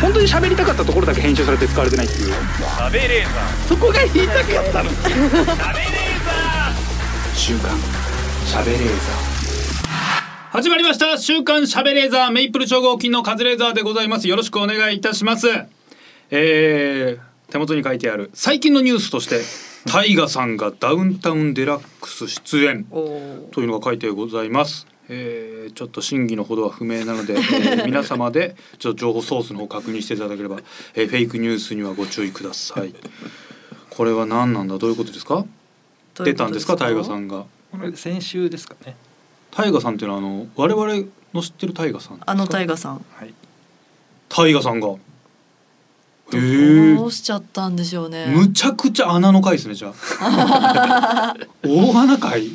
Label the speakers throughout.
Speaker 1: 本当に喋りたかったところだけ編集されて使われてないっていう
Speaker 2: 喋れーさ
Speaker 1: そこが言いたかったの
Speaker 2: 喋れーさ
Speaker 1: 週刊喋レーザ
Speaker 3: 始まりました週刊しゃべレーザーメイプル超合金のカズレーザーでございますよろしくお願いいたしますえー、手元に書いてある最近のニュースとしてタイガさんがダウンタウンデラックス出演
Speaker 4: おー
Speaker 3: というのが書いてございますえー、ちょっと真偽のほどは不明なので、え ー皆様でちょっと情報ソースの方を確認していただければ、えーフェイクニュースにはご注意くださいこれは何なんだどういうことですか
Speaker 4: どう
Speaker 3: 出
Speaker 4: いうこ
Speaker 3: た
Speaker 4: と
Speaker 3: んですかタイガさんが
Speaker 5: これ先週ですかね
Speaker 3: タイガさんっていうのはあの我々の知ってるタイガさん
Speaker 4: あのタイガさん
Speaker 5: はい
Speaker 3: タイガさんがへえ
Speaker 4: どうしちゃったんでしょうね
Speaker 3: むちゃくちゃ穴の回ですねじゃあ 大 穴回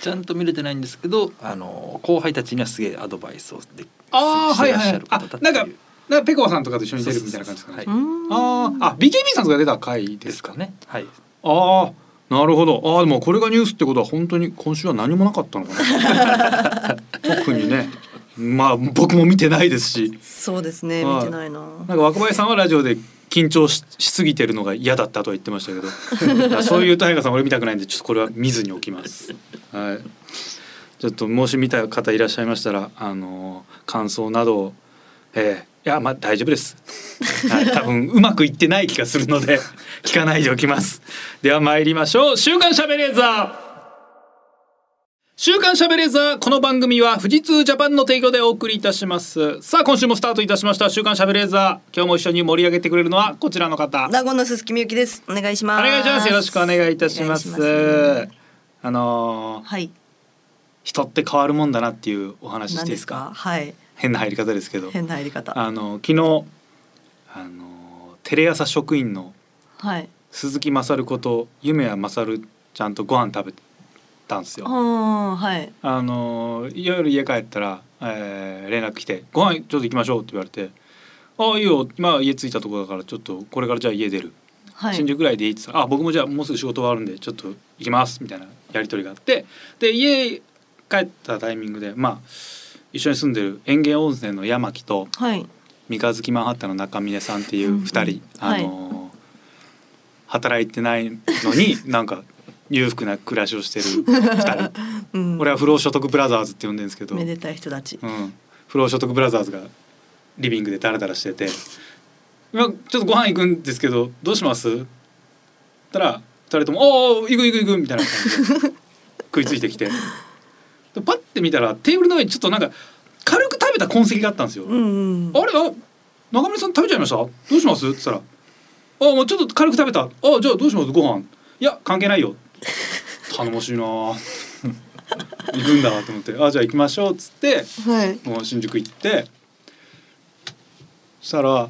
Speaker 5: ちゃんと見れてないんですけどあの後輩たちにはすげえアドバイスをで
Speaker 3: あー
Speaker 5: してらっ
Speaker 3: は
Speaker 5: し
Speaker 3: いは
Speaker 5: ゃ
Speaker 3: い
Speaker 5: る方だって
Speaker 3: あなん
Speaker 5: い
Speaker 3: か
Speaker 5: う
Speaker 3: なんかペコワさんとかと一緒に出るみたいな感じですかね
Speaker 5: そうそうそう
Speaker 4: うーん
Speaker 3: あーあ BKB さんとか出た回
Speaker 5: で
Speaker 3: ですす
Speaker 5: か
Speaker 3: か
Speaker 5: ねはい
Speaker 3: ああなるほどああでもこれがニュースってことは本当に今週は何もなかったのか な特にねまあ僕も見てないですし
Speaker 4: そうですね
Speaker 3: はい
Speaker 4: 見てないな
Speaker 3: なんか若林さんはラジオで緊張ししすぎてるのが嫌だったとは言ってましたけどいやそういう大河さん俺見たくないんでちょっとこれは見ずにおきます。はい、ちょっともし見た方いらっしゃいましたら、あの感想などを、えーいやまあ大丈夫です、はい、多分うまくいってない気がするの で聞かないでおきます。では参りましょう「週刊しゃべレーザー」週刊しゃべレーザーこの番組は富士通ジャパンの提供でお送りいたしますさあ今週もスタートいたしました週刊しゃべレーザー今日も一緒に盛り上げてくれるのはこちらの方
Speaker 4: 名護の鈴木みゆきですお願いし
Speaker 3: お
Speaker 4: ます
Speaker 3: 願いしますよろしくお願いいたします
Speaker 4: お願いします
Speaker 3: あのー
Speaker 4: はい
Speaker 3: 人って変わるもんだなっていうお話していい
Speaker 4: 何で
Speaker 3: ですすか
Speaker 4: かはい
Speaker 3: 変な入り方ですけど
Speaker 4: 変な入り方
Speaker 3: あの昨日あのーテレ朝職員の
Speaker 4: はい
Speaker 3: 鈴木勝こと夢谷勝ちゃんとご飯食べたんですよ
Speaker 4: あーはい
Speaker 3: あの夜家帰ったら、えー連絡来て「ご飯ちょっと行きましょう」って言われて「ああいいよ今家着いたとこだからちょっとこれからじゃあ家出る、
Speaker 4: はい
Speaker 3: 新宿ぐらいでいい」って言ったらあ僕もじゃあもうすぐ仕事終わるんでちょっと行きます」みたいなやり取りがあってで家帰ったタイミングでまあ一緒に住んでる園芸温泉の山木と
Speaker 4: はい
Speaker 3: 三日月マンハッタンの中峰さんっていううん
Speaker 4: うん
Speaker 3: 2人、
Speaker 4: はい
Speaker 3: あのー働いてないの になんか裕福な暮らしをしてる2人。
Speaker 4: うん
Speaker 3: 俺は不労所得ブラザーズって呼んでるんですけど、う
Speaker 4: め
Speaker 3: ん、
Speaker 4: でたい人たち
Speaker 3: 不労所得ブラザーズがリビングでダラダラしてて「今ちょっとご飯行くんですけどどうします?」たら2人とも「おーおー行く行く行く」みたいな感 じで食いついてきてでパッて見たらテーブルの上にちょっとなんか軽く食べた痕跡があったんですよ。
Speaker 4: うんうん
Speaker 3: あれあ中村さん食べちゃいましたどうします?」って言ったら「あもうちょっと軽く食べたあじゃあどうしますご飯いや関係ないよ」頼もしいなあ行くんだと思って「あじゃあ行きましょう」っつって
Speaker 4: はい
Speaker 3: もう新宿行ってそしたら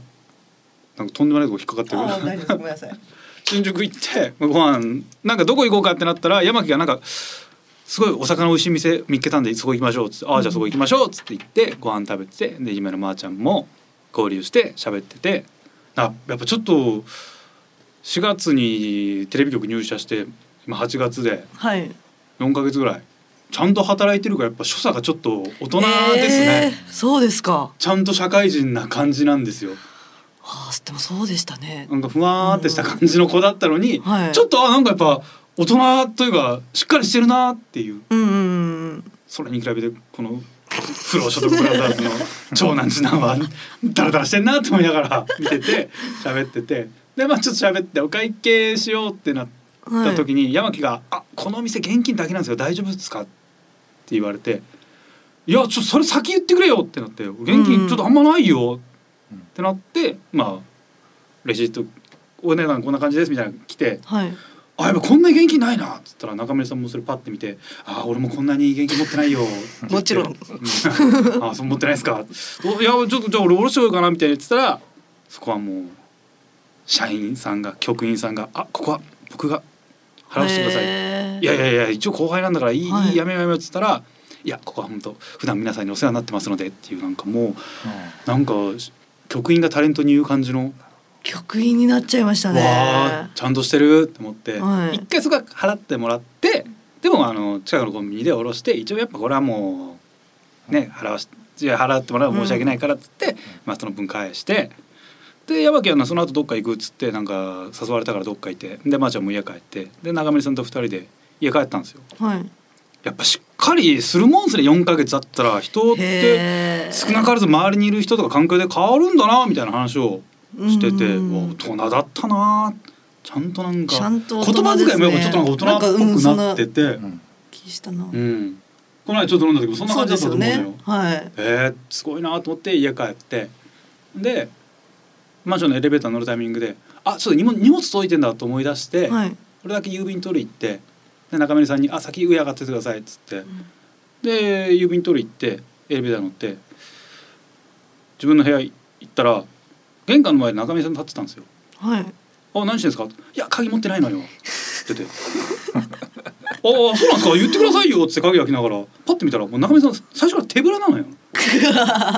Speaker 3: なんかとんでもないとこ引っかかってる
Speaker 4: 丈夫ごめんなさい
Speaker 3: 新宿行ってご飯なんかどこ行こうかってなったら山木がなんかすごいお魚美味しい店見っけたんでそこ行きましょうっつって「ああじゃあそこ行きましょう」っつって行ってご飯食べててで姫のまーちゃんも合流して喋っててあやっぱちょっと4月にテレビ局入社して今8月で
Speaker 4: はい
Speaker 3: 4ヶ月ぐらいちゃんと働いてるからやっぱ所作がちょっと大人ですね、
Speaker 4: えーそうですか
Speaker 3: ちゃんと社会人な感じなんですよ
Speaker 4: あーでもそうでしたね
Speaker 3: なんかふわーってした感じの子だったのに、
Speaker 4: はい
Speaker 3: ちょっとあなんかやっぱ大人というかしっかりしてるなっていう
Speaker 4: うんうんうん
Speaker 3: それに比べてこの不労所得ブラザーズの長男次男はダラダラしてんなって思いながら見てて喋っててでまあちょっと喋ってお会計しようってなっ
Speaker 4: うんは
Speaker 3: た
Speaker 4: い
Speaker 3: 時に山木が「あこのお店現金だけなんですよ大丈夫ですか?」って言われて「いやちょっとそれ先言ってくれよ」ってなって「現金ちょっとあんまないよ」ってなってまあレシートお値段こんな感じですみたいなの来て
Speaker 4: はい
Speaker 3: あやっぱこんなに現金ないなっつったら中村さんもそれパッて見て「あ俺もこんなに現金持ってないよ」
Speaker 4: もちろ
Speaker 3: っ
Speaker 4: ん
Speaker 3: て言って「うんあそう持ってないですか」おいやちょっとじゃあ俺下ろしようかな」みたいな言ってたらそこはもう社員さんが局員さんが「あここは僕が払わせてください」
Speaker 4: へー
Speaker 3: いやいやいや一応後輩なんだからいい、
Speaker 4: はい
Speaker 3: いいやめようやめよう」っつったら「いやここは本当普段皆さんにお世話になってますので」っていうなんかもうなんか局員がタレントに言う感じの
Speaker 4: 局員になっちゃいましたね
Speaker 3: わあちゃんとしてるって思って、
Speaker 4: はい
Speaker 3: 一回そこは払ってもらってでもあの近くのコンビニで下ろして一応やっぱこれはもうね払わしじゃあ払ってもらうのは申し訳ないからっつって、まあ、その分返してで矢吹はなその後どっか行くっつってなんか誘われたからどっか行ってでまー、ちゃんも家帰ってで長森さんと二人で家帰ったんですよ
Speaker 4: はい。
Speaker 3: やっぱしっかりするもんですね4ヶ月だったら人って
Speaker 4: へー
Speaker 3: 少なからず周りにいる人とか環境で変わるんだなみたいな話をしてて、
Speaker 4: う
Speaker 3: うんわ大人だったなちゃんとなん
Speaker 4: ちゃ
Speaker 3: か、
Speaker 4: んと大
Speaker 3: 言葉
Speaker 4: 人で
Speaker 3: 遣
Speaker 4: す
Speaker 3: いも
Speaker 4: ね
Speaker 3: やっぱちょっとなんか大人っぽくなってて
Speaker 5: う
Speaker 3: うん
Speaker 4: 気したな。
Speaker 3: んこの前ちょっと飲んだ時もそんな
Speaker 4: そう
Speaker 3: 感じ
Speaker 4: で
Speaker 3: だった
Speaker 4: す
Speaker 3: と
Speaker 4: よ
Speaker 3: 思うのよ
Speaker 4: ね。はい。
Speaker 3: えー、すごいなと思って家帰ってでマンションのエレベーター乗るタイミングであそうだ荷物荷物届いてんだと思い出して、
Speaker 4: はい。
Speaker 3: 俺だけ郵便取り行ってで中森さんに「あ先上上がっててください」っつってで郵便取り行ってエレベーター乗って自分の部屋行ったら玄関の前で中森さん立ってたんですよ。
Speaker 4: はい。
Speaker 3: あ何してんですか?」いや鍵持ってないのよ」って言って 「ああそうなんですか言ってくださいよ」っつって鍵開きながらパッて見たらもう中身さん最初から手ぶらな のよ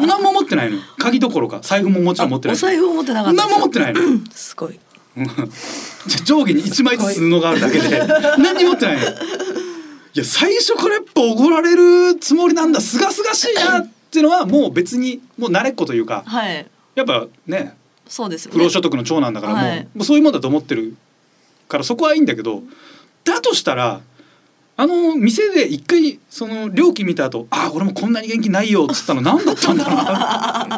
Speaker 3: 何も持ってないのよ鍵どころか財布ももちろん持ってな
Speaker 4: お
Speaker 3: い
Speaker 4: 財布を持ってなかった
Speaker 3: 何
Speaker 4: です。
Speaker 3: も持ってないのよ
Speaker 4: すごい。
Speaker 3: 上下に1枚ずつ布があるだけで何にも持ってないのよいや最初からやっぱ怒られるつもりなんだすがすがしいなっていうのはもう別にもう慣れっこというか
Speaker 4: はい。
Speaker 3: やっぱね
Speaker 4: そうですよ
Speaker 3: 不
Speaker 4: ね。
Speaker 3: 労所得の長男だからもう,、
Speaker 4: はい
Speaker 3: もうそういうもんだと思ってるからそこはいいんだけどだとしたらあの店で一回その料金見た後ああ俺もこんなに元気ないよ」っつったの何だったんだろう なあ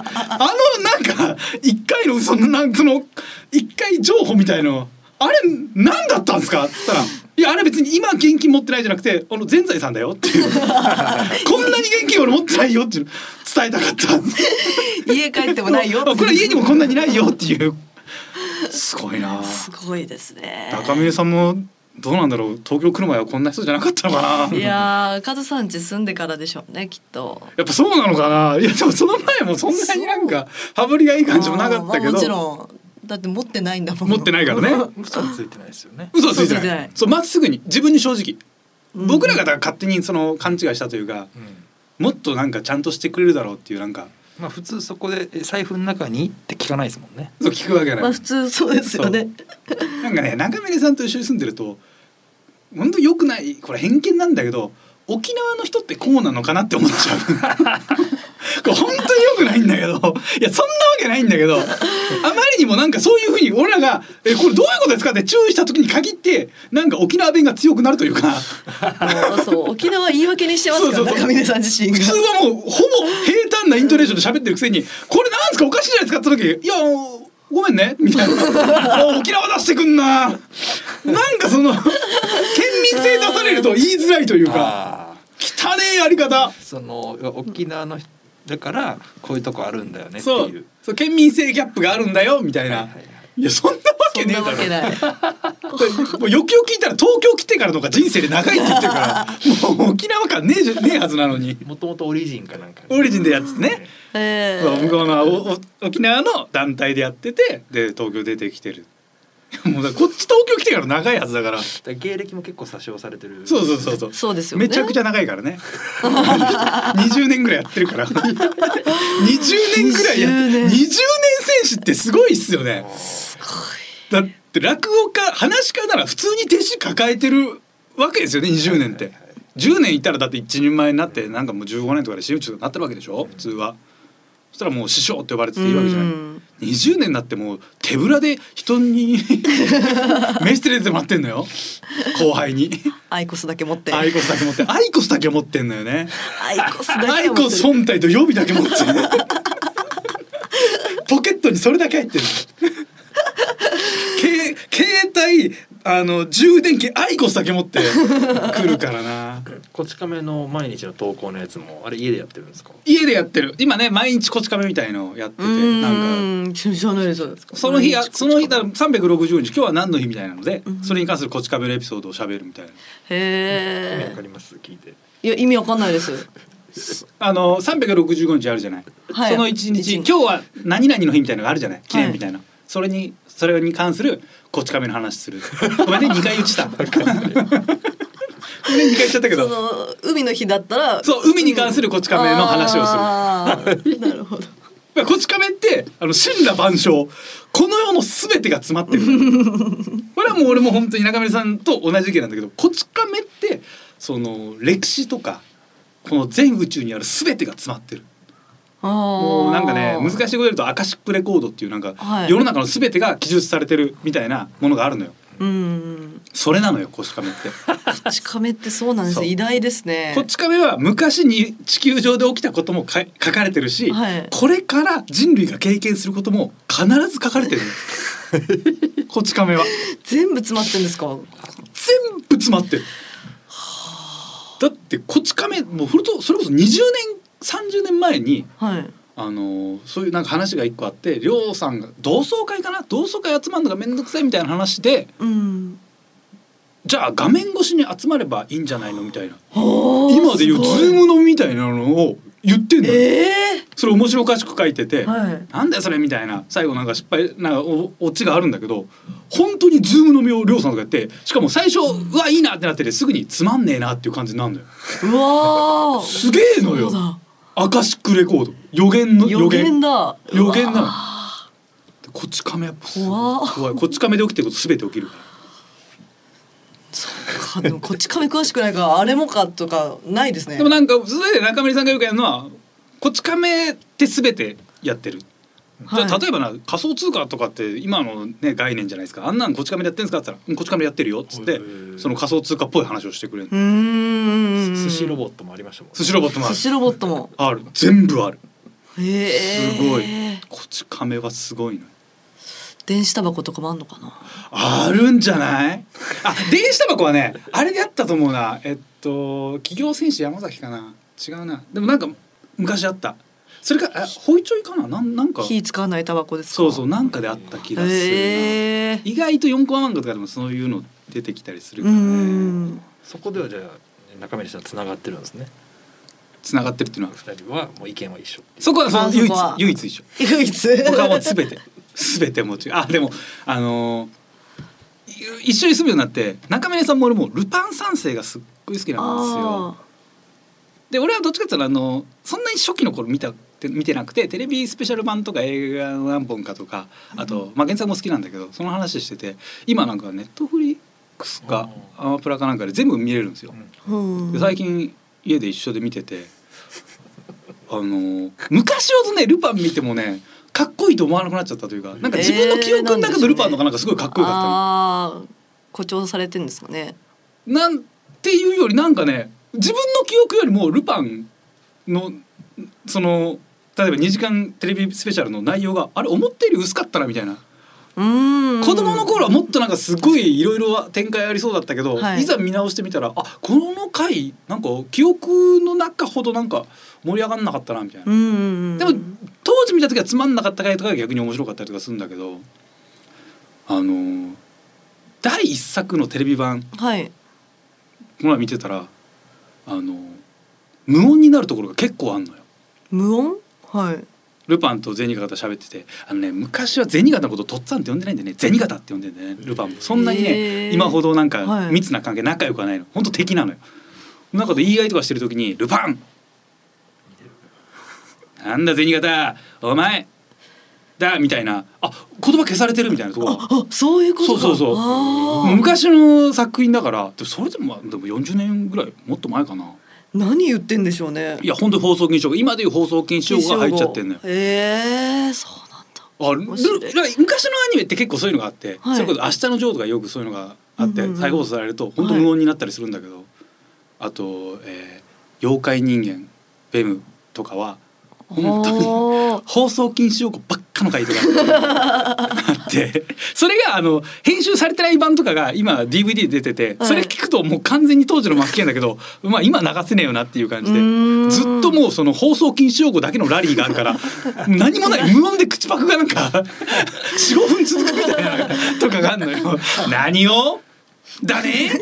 Speaker 3: のなんか一回のそのなんその一回情報みたいのあれ何だったんですかっつったら「いやあれ別に今現金持ってないじゃなくてあの全財産だよ」って いうこんなに現金俺持ってないよっていうの伝えたかった。。
Speaker 4: 家帰ってもないよ
Speaker 3: これ家にもこんなにないよっていう。すごいな。
Speaker 4: すごいですね。
Speaker 3: 中峰さんもどうなんだろう。東京来る前はこんな人じゃなかったのかな。
Speaker 4: いやー、カズさん家住んでからでしょうね、きっと。
Speaker 3: やっぱそうなのかな。いやでもその前もそんなになんか羽振りがいい感じもなかったけ
Speaker 4: あーまあもち
Speaker 3: ど。
Speaker 4: ろん。だって持ってないんだもん。
Speaker 3: 持ってないからね。
Speaker 5: 嘘はついてないですよね。
Speaker 3: 嘘はついて
Speaker 4: 嘘ついて
Speaker 3: な
Speaker 4: ないい。
Speaker 3: そうまっすぐに自分に正直。
Speaker 4: うん
Speaker 3: 僕らがだから勝手にその勘違いしたというか、
Speaker 5: うん
Speaker 3: もっとなんかちゃんとしてくれるだろうっていうなんか
Speaker 5: まあ普通そこでえ財布の中にって聞かないですもんね。
Speaker 3: そう聞くわけない。
Speaker 4: まあ普通そうですよね。
Speaker 3: なんかね中峰さんと一緒に住んでると本当良くないこれ偏見なんだけど沖縄の人ってこうなのかなって思っちゃう これ本当に良くないんだけどいやそんなわけないんだけどあまりにもなんかそういうふうに俺らが「えこれどういうことですか?」って注意した時に限ってなんか沖縄弁が強くなるというか
Speaker 4: もう そう沖縄言い訳にしてますか
Speaker 3: そう
Speaker 4: ら
Speaker 3: そうそう
Speaker 4: 中峰さん自身が
Speaker 3: 普通はもうほぼ平坦なイントネーションで喋ってるくせに「これなんですかおかしいじゃないですか」って時「いやごめんね」みたいな 「お沖縄出してくんな」なんかその県民性出されると言いづらいというか
Speaker 5: ああ。
Speaker 3: 汚ねえやり方
Speaker 5: その沖縄の人だからこういうとこあるんだよねって
Speaker 3: そ
Speaker 5: いう
Speaker 3: う。そう県民性ギャップがあるんだよみた
Speaker 5: は
Speaker 3: い
Speaker 5: い
Speaker 3: な
Speaker 5: はいはい。
Speaker 3: いやそんなわけ
Speaker 4: そん
Speaker 3: ねえ
Speaker 4: な
Speaker 3: だ
Speaker 4: わ
Speaker 3: ろ
Speaker 4: けない。
Speaker 3: もうよくよく聞いたら東京来てからとか人生で長いって言ってるからもう沖縄感ねえじゃねえはずなのに
Speaker 5: もともとオリジンかなんかね。
Speaker 3: オリジンでやっててね
Speaker 4: え
Speaker 3: そう向
Speaker 4: ー
Speaker 3: こうのおお沖縄の団体でやっててで東京出てきてる もうだからこっち東京来てから長いはずだからそ
Speaker 5: だから芸歴も結構詐称されてる。
Speaker 3: うそうそうそう
Speaker 4: そうですよね。
Speaker 3: めちゃくちゃ長いからね 20年ぐらいやってる から20年ぐらいやって
Speaker 4: 20
Speaker 3: 20年
Speaker 4: 年
Speaker 3: 戦士ってすごいっすよねだって落語家話家なら普通に弟子抱えてるわけですよね20年って10年いたらだって一人前になってなんかもう15年とかで真打ちとかになってるわけでしょ普通はそしたらもう師匠って呼ばれてていいわけじゃない
Speaker 4: うん
Speaker 3: 20年だってもう手ぶらで人に 飯連れてってもらってんのよ後輩に
Speaker 4: アイコスだけ持って。
Speaker 3: アイコスだけ 持ってアイコスだけ持ってんのよね
Speaker 4: アイコスだけ
Speaker 3: アイ
Speaker 4: 持ってる
Speaker 3: コス本体と予備だけ持って るポケットにそれだけ入ってるけ携帯あの充電器アイコスだけ持ってくるからな
Speaker 5: こち亀の毎日の投稿のやつもあれ家でやってるんですか。
Speaker 3: 家でやってる今ね毎日こち亀みたいのやってて
Speaker 4: う
Speaker 3: なんか
Speaker 4: ーん。知らないですそうですか。
Speaker 3: その日あ
Speaker 4: 毎日
Speaker 3: その日だ三百六十日今日は何の日みたいなので、
Speaker 4: ん
Speaker 3: それに関するこち亀のエピソードを喋るみたいな。
Speaker 5: わ
Speaker 4: へ
Speaker 5: かります聞いて。
Speaker 4: え。いや意味わかんないです。
Speaker 3: あの三百六十五日あるじゃない。
Speaker 4: はい
Speaker 3: その一日
Speaker 4: 一日
Speaker 3: 今日は何々の日みたいなのがあるじゃない。記念日みたいな。それにそれに関するこち亀の話する。ごめんね二回言っちゃった。ごめんね二回言っちゃったけど。
Speaker 4: その海の日だったら。
Speaker 3: そう海に関するこち亀の話をする。
Speaker 4: する。なるほど。
Speaker 3: まあこち亀ってあの神羅万象この世のすべてが詰まってるこれはもう俺も本当に中村さんと同じ意見なんだけどこち亀ってその歴史とかこの全宇宙にあるすべてが詰まってる
Speaker 4: も
Speaker 3: もうなんかね難しいこと言うとアカシックレコードっていうなんか、
Speaker 4: はい
Speaker 3: 世の中の全てが記述されてるみたいなものがあるのよ
Speaker 4: うん
Speaker 3: それなのよこち亀って
Speaker 4: こち亀ってそうなんです
Speaker 3: そう
Speaker 4: ね偉大ですね
Speaker 3: こっち亀は昔に地球上で起きたこともか 書かれてるし、
Speaker 4: はい
Speaker 3: これから人類が経験することも必ず書かれて るのこち亀は
Speaker 4: 全部詰まってんですか
Speaker 3: 全部詰まってるだってこち亀もうふるとそれこそ20年30年前に
Speaker 4: はい
Speaker 3: あのーそういうなんか話が一個あって亮さんが同窓会かな同窓会集まるのが面倒くさいみたいな話で
Speaker 4: うん
Speaker 3: じゃあ画面越しに集まればいいんじゃないのみたいな今
Speaker 4: 今
Speaker 3: でいうズームのみたいなのを言ってんのよ、
Speaker 4: え
Speaker 3: それ面白おかしく書いてて、
Speaker 4: えはい
Speaker 3: なんだよそれみたいな最後なんか失敗なんかおオチがあるんだけど本当にズームのみを亮さんとかやってしかも最初うわいいなってなっててすぐにつまんねえなっていう感じになるんだよ
Speaker 4: うわー
Speaker 3: すげえのよ
Speaker 4: そうだ
Speaker 3: アカシックレコード予言の
Speaker 4: 予
Speaker 3: 予言
Speaker 4: 言だ
Speaker 3: 予言な
Speaker 4: う
Speaker 3: の
Speaker 4: わ
Speaker 3: こっち亀やっぱす
Speaker 4: 怖
Speaker 3: ごい
Speaker 4: っ
Speaker 3: 怖いこっち亀で起きてること全て起きるか
Speaker 4: ーでもこっち亀詳しくないからあれもかとかないです
Speaker 3: ら
Speaker 4: ね
Speaker 3: でもなんかそれで中森さんがよくやるのはこっち亀って全てやってるじゃ
Speaker 4: は
Speaker 3: あ
Speaker 4: い
Speaker 3: 例えばな仮想通貨とかって今の、ね、概念じゃないですかあんなんこっち亀でやってんですかって言ったらうん「こっち亀でやってるよ」っつっ
Speaker 6: へ
Speaker 3: て
Speaker 6: ー
Speaker 3: その仮想通貨っぽい話をしてくれる
Speaker 4: うーん
Speaker 6: 寿司ロボットもありましたもん
Speaker 3: 寿司ロボットもあ
Speaker 4: 寿
Speaker 3: る
Speaker 4: 司ロボットも
Speaker 3: ある全部ある
Speaker 4: へえ
Speaker 3: すごいこっち亀はすごいのよ
Speaker 4: 電子タバコとかもあんのかな
Speaker 3: あるんじゃないあ電子タバコはねあれでやったと思うなえっと企業戦士山崎かな違うなでもなんか昔あったそれかあホイチョイかななんなんか
Speaker 4: 火使わないタバコですか
Speaker 3: そうそうなんかであった気がするな、
Speaker 4: へえ
Speaker 3: 意外と4コマ漫画とかでもそういうの出てきたりする
Speaker 4: う
Speaker 3: からね
Speaker 4: ん
Speaker 6: そこではじゃあ中森さんつながってるんですね
Speaker 3: つながってるっていうのは
Speaker 6: 二人はもう意見は一緒っていう
Speaker 3: そこはそ
Speaker 4: あ
Speaker 3: う
Speaker 4: そ
Speaker 3: 唯
Speaker 4: こ
Speaker 3: 一
Speaker 4: は
Speaker 3: 唯一一緒
Speaker 4: 唯一
Speaker 3: 他はもう全て全てもう違うあでもあのーい一緒に住むようになって中村さんも俺もルパン三世がすっごい好きなんですよ
Speaker 4: あ。
Speaker 3: で俺はどっちかっていうとあのそんなに初期の頃見たって見てなくてテレビスペシャル版とか映画の何本かとかあと、まあ原作も好きなんだけどその話してて今なんかネットフリックスかアマプラかなんかで全部見れるんですよ。
Speaker 4: ーうん
Speaker 3: で最近家で一緒で見ててあのー昔ほどねルパン見てもねかっこいいと思わなくなっちゃったというかなんか自分の記憶の中
Speaker 4: えー
Speaker 3: のルパンの方がなんかすごいかっこよかったの、
Speaker 4: ああ誇張されてんですかね
Speaker 3: なんていうよりなんかね自分の記憶よりもルパンのその例えば2時間テレビスペシャルの内容があれ思ったより薄かったなみたいな
Speaker 4: うーん
Speaker 3: 子供の頃はもっとなんかすごいいろいろ展開ありそうだったけど、
Speaker 4: はい
Speaker 3: い、ざ見直してみたらあこの回なんか記憶の中ほどなんか盛り上がんなかったなみたいな、
Speaker 4: うんうんうん
Speaker 3: でも当時見た時はつまんなかった回とかが逆に面白かったりとかするんだけどあのー第一作のテレビ版こ
Speaker 4: はい
Speaker 3: の前見てたらあのー無音になるところが結構あんのよ。
Speaker 4: 無音はい
Speaker 3: ルパンと銭形が喋っててあのね昔は銭形のこととっつぁんって呼んでないんでね銭形って呼んでんだよねルパンもそんなに
Speaker 4: へ
Speaker 3: ね
Speaker 4: ー
Speaker 3: 今ほどなん
Speaker 4: は
Speaker 3: か
Speaker 4: い
Speaker 3: 密な関係仲良くはないの本当敵なのよなんかで言い合いとかしてる時に「ルパンなんだ銭形お前だ」みたいなあ言葉消されてるみたいなとこが
Speaker 4: あそういうことか
Speaker 3: そうそうそう
Speaker 4: あー
Speaker 3: 昔の作品だからでもそれでもまあでも40年ぐらいもっと前かな
Speaker 4: 何言ってんでしょうね
Speaker 3: いや本当に放送禁止用語今でいう放送禁止用語が入っちゃってんのよ
Speaker 4: ええそうなんだ
Speaker 3: あル
Speaker 4: 面白い
Speaker 3: ル昔のアニメって結構そういうのがあって、
Speaker 4: はい
Speaker 3: それこそ「明日のジョー」とかよくそういうのがあって、
Speaker 4: うんうんうん
Speaker 3: 再放送されると本当
Speaker 4: はい
Speaker 3: 無音になったりするんだけど、あと、えー妖怪人間」「ベム」とかは本当に
Speaker 4: 当
Speaker 3: 放送禁止用語ばっかの回とか あってそれがあの編集されてない版とかが今 DVD で出てて、
Speaker 4: はい
Speaker 3: それ聞くともう完全に当時のマッケンだけど、まあ、今流せねえよなっていう感じで。
Speaker 4: に
Speaker 3: ずっともうその放送禁止用語だけのラリーがある から何もない無音で口パクがなんか45分続くみたいなとかがあんのよ。何をだね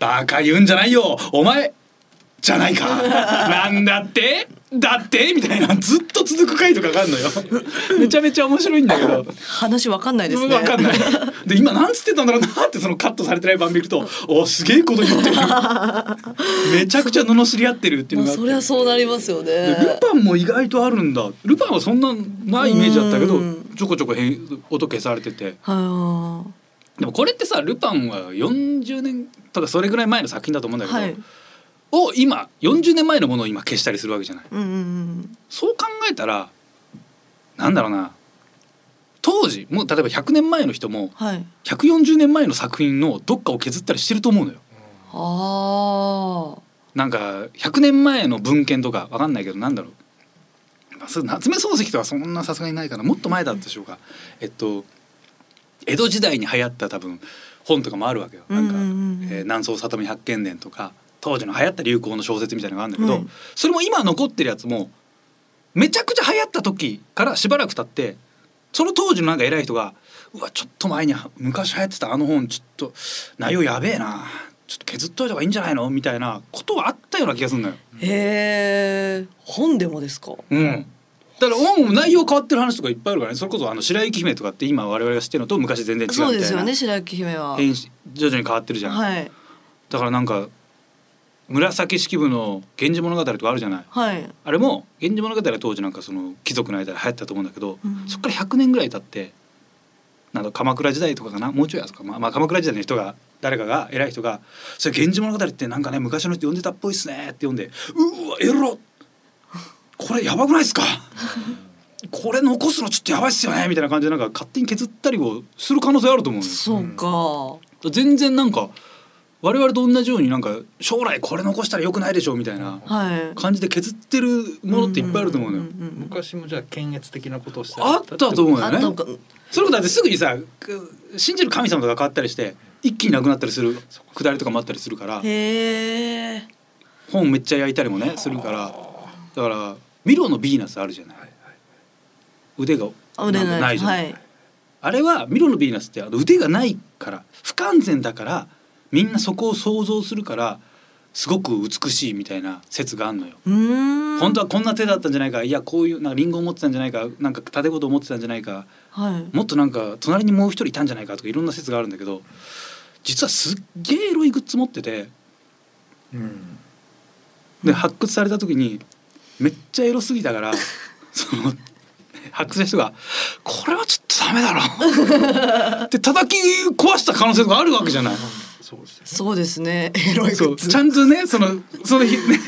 Speaker 3: バカ言うんじゃないよお前じゃないかなんだってだってみたいなずっと続く回とかがあんのよ。めちゃめちゃ面白いんだけど。
Speaker 4: 話わかんないですね
Speaker 3: わかんない。で今なんつってたんだろうなってそのカットされてない番見ると、おすげえこと言 ってる。めちゃくちゃ罵り合ってるっていう
Speaker 4: まあ
Speaker 3: のがあって。
Speaker 4: そりゃそうなりますよね
Speaker 3: でルパンも意外とあるんだルパンはそんなないイメージだったけど
Speaker 4: うん
Speaker 3: ちょこちょこ変音消されてて
Speaker 4: は
Speaker 3: でもこれってさルパンは40年とかそれぐらい前の作品だと思うんだ
Speaker 4: い
Speaker 3: けど、
Speaker 4: はい
Speaker 3: を今40年前のものを今消したりするわけじゃない
Speaker 4: うんうん
Speaker 3: そう考えたらなんだろうな当時もう例えば100年前の人も
Speaker 4: はい
Speaker 3: 140年前の作品のどっかを削ったりしてると思うのよ。
Speaker 4: ああ
Speaker 3: なんか100年前の文献とかわかんないけどなんだろう、まあ、それ夏目漱石とはそんなさすがにないかなもっと前だったでしょうか、えっと江戸時代に流行った多分本とかもあるわけよ。なんか、
Speaker 4: うんうんうん
Speaker 3: えー南宋里見八犬伝とか当時の流行った流行の小説みたいなのがあるんだけど、
Speaker 4: うん
Speaker 3: それも今残ってるやつもめちゃくちゃ流行った時からしばらく経ってその当時のなんか偉い人が「うわちょっと前に昔流行ってたあの本ちょっと内容やべえなちょっと削っといた方がいいんじゃないの?」みたいなことはあったような気がするんだよ。
Speaker 4: へえ本でもですか
Speaker 3: うんだから本も内容変わってる話とかいっぱいあるからねそれこそあの白雪姫とかって今我々が知ってるのと昔全然違うみたいな
Speaker 4: そうですよね白雪姫は
Speaker 3: 変し徐々に変わってるじゃん、
Speaker 4: はい
Speaker 3: だからなんか紫式部の「源氏物語」とかあるじゃない
Speaker 4: はい
Speaker 3: あれも「源氏物語」は当時なんかその貴族の間で流行ったと思うんだけど、
Speaker 4: うん
Speaker 3: そっから100年ぐらい経ってなんだ鎌倉時代とかかなもうちょいやつか、まあ、まあ鎌倉時代の人が誰かが偉い人が「それ源氏物語ってなんかね昔の人読んでたっぽいっすね」って読んで「うわエロこれやばくないっすかこれ残すのちょっとやばいっすよね」みたいな感じでなんか勝手に削ったりをする可能性あると思うのよ
Speaker 4: そうか
Speaker 3: 全然なんか我々と同じようになんか将来これ残したらよくないでしょみたいな
Speaker 4: はい
Speaker 3: 感じで削ってるものっていっぱいあると思うのよ。
Speaker 4: んんん
Speaker 6: 昔もじゃあ検閲的なことをして
Speaker 3: あったと思うよ
Speaker 4: あと
Speaker 3: ね。
Speaker 4: か
Speaker 3: それこそだってすぐにさく信じる神様とか変わったりして一気になくなったりするくだりとかもあったりするから
Speaker 4: へえ
Speaker 3: 本めっちゃ焼いたりもねするからだからミロのヴィーナスあるじゃない腕が
Speaker 4: 腕
Speaker 3: なんか
Speaker 4: な
Speaker 3: ない
Speaker 4: い
Speaker 3: じゃない、
Speaker 4: はい
Speaker 3: あれはミロのヴィーナスってあの腕がないから不完全だからみんなそこを想像するからすごく美しいみたいな説があるのよ。
Speaker 4: うーん
Speaker 3: 本当はこんな手だったんじゃないかいやこういうなんかリンゴを持ってたんじゃないかなんか縦ごと持ってたんじゃないか
Speaker 4: はい
Speaker 3: もっとなんか隣にもう一人いたんじゃないかとかいろんな説があるんだけど実はすっげえエロいグッズ持ってて
Speaker 6: うん
Speaker 3: で発掘された時にめっちゃエロすぎたから その発掘した人が「これはちょっとダメだろ」 って叩き壊した可能性とかあるわけじゃない。
Speaker 6: そうですよ
Speaker 4: そうですねエロいグ
Speaker 3: そ
Speaker 4: ッ
Speaker 3: う
Speaker 4: ズ
Speaker 3: ちゃんとねそのその日 ね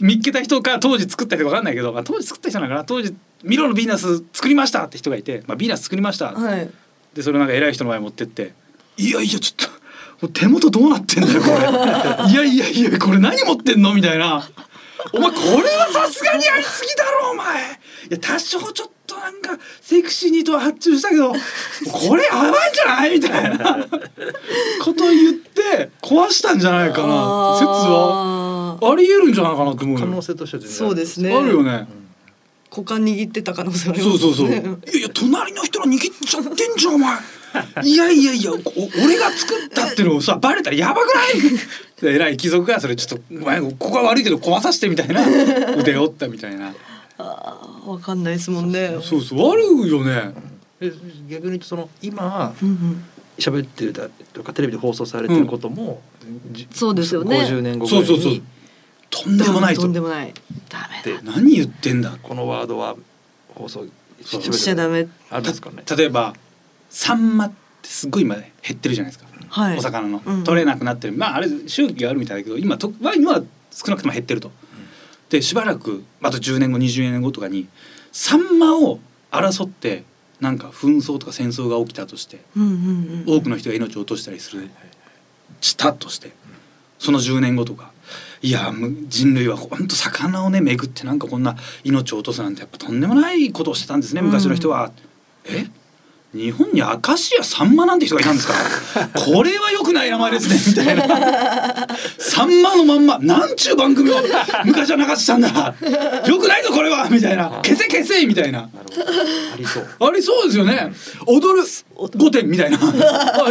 Speaker 3: 見っけた人か当時作った人か分かんないけど、まあ、当時作った人なのかな当時「ミロのヴィーナス作りました」って人がいて「まあ、ヴィーナス作りました」
Speaker 4: はい
Speaker 3: でそれをなんか偉い人の前に持ってって「いやいやちょっともう手元どうなってんだよこれいやいやいやこれ何持ってんの?」みたいな「お前これはさすがにやりすぎだろお前いや多少ちょっとなんかセクシーにとは発注したけどこれやばいんじゃない?」みたいなことを言って壊したんじゃないかな説は
Speaker 4: あー
Speaker 3: ありえるんじゃないかなと思う
Speaker 6: 可
Speaker 3: よ
Speaker 6: 能性としては全然
Speaker 4: そうですね
Speaker 3: あるよね。
Speaker 4: 股間握ってた可能性あります
Speaker 3: そう
Speaker 4: ね
Speaker 3: そうそう。いやいや隣の人の握っちゃってんじゃんお前。いやいやいやお俺が作ったっていうのをさバレたらやばくない で？偉い貴族がそれちょっとお前ここが悪いけど壊させてみたい な腕折ったみたいな。
Speaker 4: あーわかんないですもんね
Speaker 3: そうそうあるよね。
Speaker 6: で逆に言うとその今
Speaker 4: うんうん
Speaker 6: 喋ってるだとかテレビで放送されてることも、じ
Speaker 4: そうですよね
Speaker 6: 50年後ぐ
Speaker 3: そ
Speaker 6: らいうに
Speaker 3: そうそう。とんでもない
Speaker 4: と
Speaker 3: と
Speaker 4: ん。でもないダメ
Speaker 3: 何言ってんだ。
Speaker 6: このワードは放送し
Speaker 4: だしちゃダメ
Speaker 6: あるんですかね
Speaker 3: 例えばサンマってすごい今減ってるじゃないですか。
Speaker 4: はい
Speaker 3: お魚の
Speaker 4: うん
Speaker 3: 取れなくなってる、まああれ周期があるみたいだけど今とワインは少なくとも減ってると。でしばらくあと10年後20年後とかにサンマを争ってなんか紛争とか戦争が起きたとして
Speaker 4: うんうんうん
Speaker 3: 多くの人が命を落としたりするしたとしてその10年後とかいやむ人類はほんと魚をねめぐってなんかこんな命を落とすなんてやっぱとんでもないことをしてたんですね昔の人は。え日本にアカシアサンマなんて人がいたんですかこれは良くない名前ですねみたいな サンマのまんまなんちゅう番組を昔は流してたんだ良くないぞこれはみたいな消せ消せみたいな
Speaker 6: なるほどありそう
Speaker 3: ありそうですよね。踊る五点みたいな。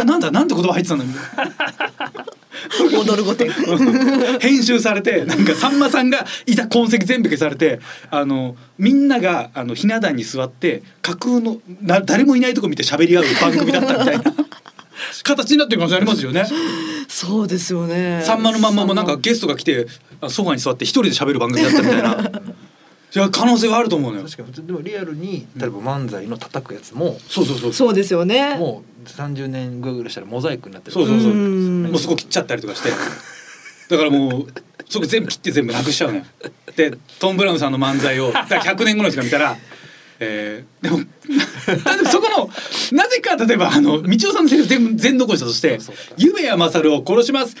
Speaker 3: あなんだなんて言葉入ってたんだみたい
Speaker 4: 踊る御殿
Speaker 3: な。 編集されてなんかさんまさんがいた痕跡全部消されて、あのみんながあのひな壇に座って架空のな誰もいないとこ見て喋り合う番組だったみたいな形になってる可能性ありますよね。
Speaker 4: そうですよね
Speaker 3: さんまのまんまもなんかゲストが来てあソファに座って一人で喋る番組だったみたいな。いや可能性はあると思うのよ。
Speaker 6: 確かに普通でもリアルに例えば漫才の叩くやつも、
Speaker 3: そうそうそう。
Speaker 4: そうですよね
Speaker 6: もう30年ぐらいしたらモザイクになってる
Speaker 3: そうそうそうんもうそこ切っちゃったりとかして。だからもうそこ全部切って全部なくしちゃうのよでトム・ブラウンさんの漫才をだから100年後の人が見たら、えーでも だってそこのなぜか例えばあの道夫さんのセリフ全部全残したとして「夢や勝を殺しますキ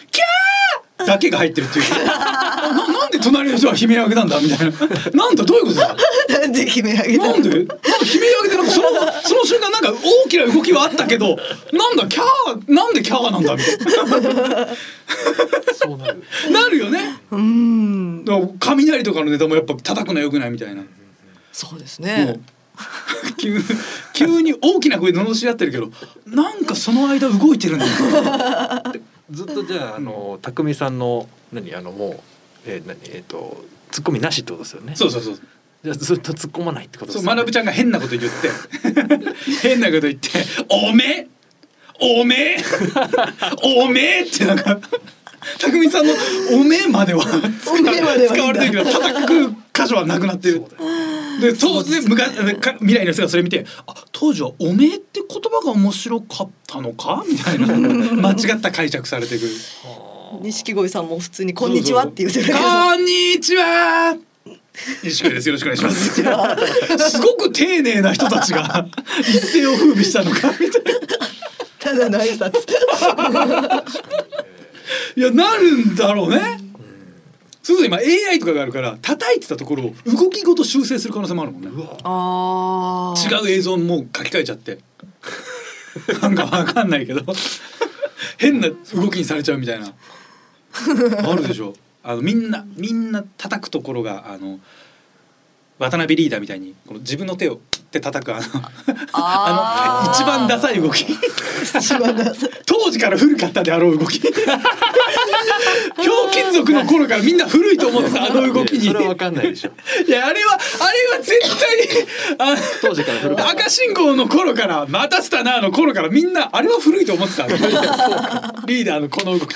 Speaker 3: ャー!」だけが入ってるっていうななんで隣の人は悲鳴を上げたんだみたいななんだどういうことだ
Speaker 4: なんで決め上げた
Speaker 3: な
Speaker 4: の
Speaker 3: んでなんか悲鳴上げてなんかそのその瞬間なんか大きな動きはあったけどなんだキャーなんでキャーなんだみたい
Speaker 6: そうなる。
Speaker 3: ななるよね
Speaker 4: うん
Speaker 3: だから雷とかのネタもやっぱ叩くのはよくないみたいな、
Speaker 4: そうです
Speaker 3: も
Speaker 4: ね
Speaker 3: う 急急に大きな声で罵り合ってるけどなんかその間動いてるんだよ
Speaker 6: ずっとじゃああの匠さんの何あのもうえー、何えっ、と突っ込みなしってことですよね。。
Speaker 3: そううそうそう
Speaker 6: じゃあずっと突っ込まないってことで
Speaker 3: そ
Speaker 6: す
Speaker 3: う
Speaker 6: よね。
Speaker 3: 学ちゃんが変なこと言って 変なこと言って「おめえおめえおめえ」ってなんか匠さんの「おめえ」までは使わ
Speaker 4: おめえまではいいんだ
Speaker 3: 使われてるけど叩く箇所はなくなってる。で当然むかか未来の人がそれ見て「あ当時はおめえって言葉が面白かったのか?」み たいな間違った解釈されてくる。
Speaker 4: 錦鯉さんも普通にこんにちはって言ってるけど
Speaker 3: こんにちは。西川です。よろしくお願いします。すごく丁寧な人たちが 一世を風靡したのかみたいな。
Speaker 4: ただの挨拶
Speaker 3: いやなるんだろうね。そうすると今 AI とかがあるから叩いてたところを動きごと修正する可能性もあるもんね。
Speaker 4: あー
Speaker 3: 違う映像もう書き換えちゃって。なんかわかんないけど変な動きにされちゃうみたいな。あるでしょ。あのみんなみんな叩くところがあの渡辺リーダーみたいにこの自分の手をって叩くあのあ
Speaker 4: あ
Speaker 3: の
Speaker 4: ー
Speaker 3: 一番ダサい動き
Speaker 4: 一番ダサい
Speaker 3: 当時から古かったであろう動きひょうきん族の頃からみんな古いと思ってたあの動きにい
Speaker 6: そ
Speaker 3: や
Speaker 6: れはわかんない でしょ。
Speaker 3: あれはあれは絶対に
Speaker 6: 当時から古か
Speaker 3: あ
Speaker 6: っ
Speaker 3: 赤信号の頃から「またしたな」の頃からみんなあれは古いと思ってたリーダーのこの動き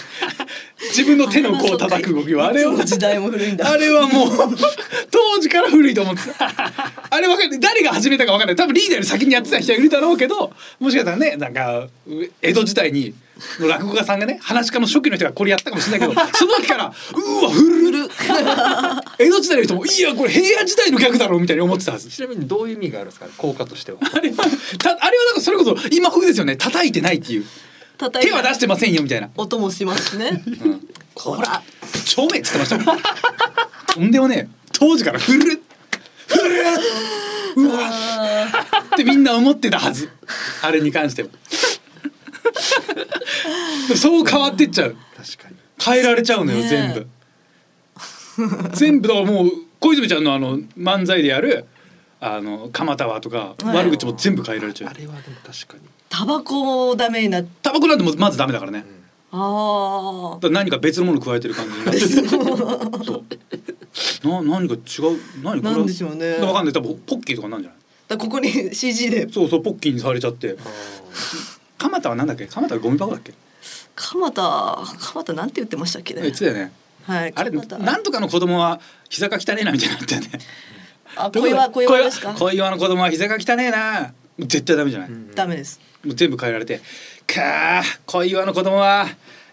Speaker 3: 自分の手の甲を叩く動きはあれ
Speaker 4: い
Speaker 3: を
Speaker 4: つの時代も古いんだ
Speaker 3: あれはもう当時から古いと思ってたあれわかんない誰が始めたかわかんない多分リーダーより先にやってた人はいるだろうけどもしかしたらねなんかう江戸時代にの落語家さんがね話し家の初期の人がこれやったかもしれないけどその時からうわ古る江戸時代の人もいやこれ平安時代の逆だろうみたいに思ってたはず
Speaker 6: た。ちなみにどういう意味があるんですか、ね、効果としては。
Speaker 3: あれはたあれはなんかそれこそ今風ですよね叩いてないっていう
Speaker 4: 叩い
Speaker 3: 手は
Speaker 4: て
Speaker 3: 出してませんよみたいな
Speaker 4: 音もしますし ね
Speaker 3: ほら、超めっつってましたもん。とんでもねえ、当時からふる。ふる。うわ。ってみんな思ってたはず。あれに関しても。でもそう変わってっちゃう。
Speaker 6: 確かに。
Speaker 3: 変えられちゃうのよ、
Speaker 4: ねえ
Speaker 3: 全部。全部だからもう、小泉ちゃんのあの漫才でやる。あの蒲田はとか、
Speaker 4: はい
Speaker 3: 悪口も全部変えられちゃ
Speaker 6: あ
Speaker 3: う。
Speaker 6: れはでも確かに。
Speaker 4: タバコダメになっ
Speaker 3: タバコなんてもうまずダメだからね。
Speaker 4: あ
Speaker 3: だから何か別のもの加えてる感じになってそうな何か違う何これ
Speaker 4: なんでしょうね
Speaker 3: わかんない多分ポッキーとかなんじゃない
Speaker 4: ーだここに CG で
Speaker 3: そうそうポッキーにされちゃって蒲田はなんだっけ蒲田はゴミ箱だっけ
Speaker 4: 蒲田蒲田なんて言ってましたっけ
Speaker 3: 言
Speaker 4: ね
Speaker 3: ってたよね
Speaker 4: はい
Speaker 3: あれ
Speaker 4: 蒲田
Speaker 3: なんとかの子供は膝が汚ねえなみたいになったよね
Speaker 4: あ 小岩小岩ですか
Speaker 3: 小岩の子供は膝が汚ねえな絶対ダメじゃない、も
Speaker 4: ダメです
Speaker 3: う全部変えられて「かあ小岩の子供は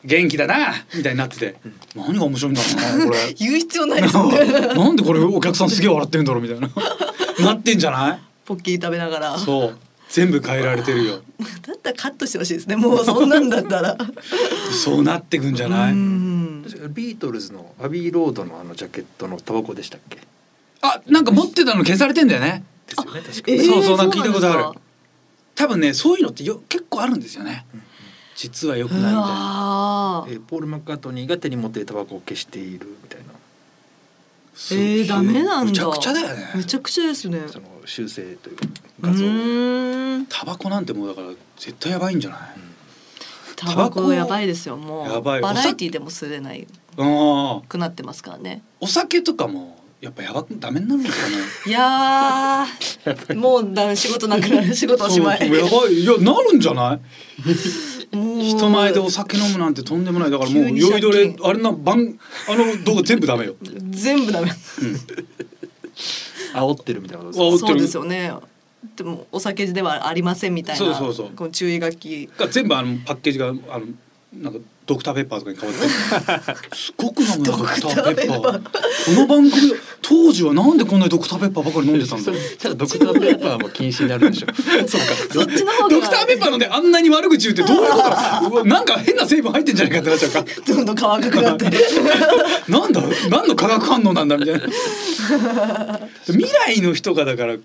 Speaker 3: 元気だな」みたいになってて何が面白いんだろうなこれ
Speaker 4: 言う必要ないですよね
Speaker 3: なんでこれお客さんすげえ笑ってるんだろうみたいな なってんじゃない
Speaker 4: ポッキー食べながら だ
Speaker 3: そう全部変えられてるよ
Speaker 4: ったらカットしてほしいですねもうそんなんだっ たら
Speaker 3: そうなってくんじゃない
Speaker 4: うん
Speaker 6: 確かにビートルズのアビーロードのあのジャケットのタバコでしたっけ。
Speaker 3: あなんか持ってたの消されてんだよね
Speaker 6: ですよね。確か
Speaker 4: え
Speaker 6: に。
Speaker 4: ー
Speaker 3: そうそうなんか聞いたことある
Speaker 4: そうなんですか
Speaker 3: 多分ねそういうのってよ結構あるんですよね実は良く
Speaker 4: う
Speaker 3: ないみたいな
Speaker 4: わ
Speaker 6: え
Speaker 4: ー
Speaker 6: ーポールマッカートニーが手に持っているタバコを消しているみたいな。
Speaker 3: す
Speaker 4: えー、ダメなんだ
Speaker 3: むちゃくちゃだよね
Speaker 4: めちゃくちゃですね
Speaker 6: その修正という
Speaker 4: う
Speaker 6: 画像。
Speaker 4: ーん
Speaker 3: タバコなんてもうだから絶対やばいんじゃない
Speaker 4: タバコやばいですよもう
Speaker 3: やばい
Speaker 4: バラエティでも吸れない
Speaker 3: うん
Speaker 4: くなってますからね
Speaker 3: お酒とかもやっぱやばくダメになるんですかね
Speaker 4: いやーもうだ仕事なく なる仕 事おしま
Speaker 3: そ
Speaker 4: い
Speaker 3: うやばいいやなるんじゃない
Speaker 4: もう
Speaker 3: 人前でお酒飲むなんてとんでもないだからもう
Speaker 4: 急に
Speaker 3: 酔いど
Speaker 4: 借
Speaker 3: れ
Speaker 4: 金
Speaker 3: あれな番あの動画全部ダメよ
Speaker 4: 全部ダメ
Speaker 6: 煽ってるみたいなこと
Speaker 3: 煽ってる
Speaker 4: そうですよねでもお酒ではありませんみたいな
Speaker 3: そうそうそう
Speaker 4: この注意書き
Speaker 3: が全部あのパッケージがあのなんかドクターペッパーとかに変わ ってすごく飲むなドクターペッパー
Speaker 4: ドクター
Speaker 3: この番組当時はなんでこんなにドクターペッパーばかり飲んでたんだろう
Speaker 6: じゃあドクターペッパーも禁止になる でしょそうか
Speaker 4: そっちの方が
Speaker 3: ドクターペッパー飲んであんなに悪口言うってどういうこと だうわなんか変な成分入ってんじゃないかってなっちゃうか
Speaker 4: どんどん顔赤くなってる
Speaker 3: なんだ何の化学反応なんだみたいな未来の人がだから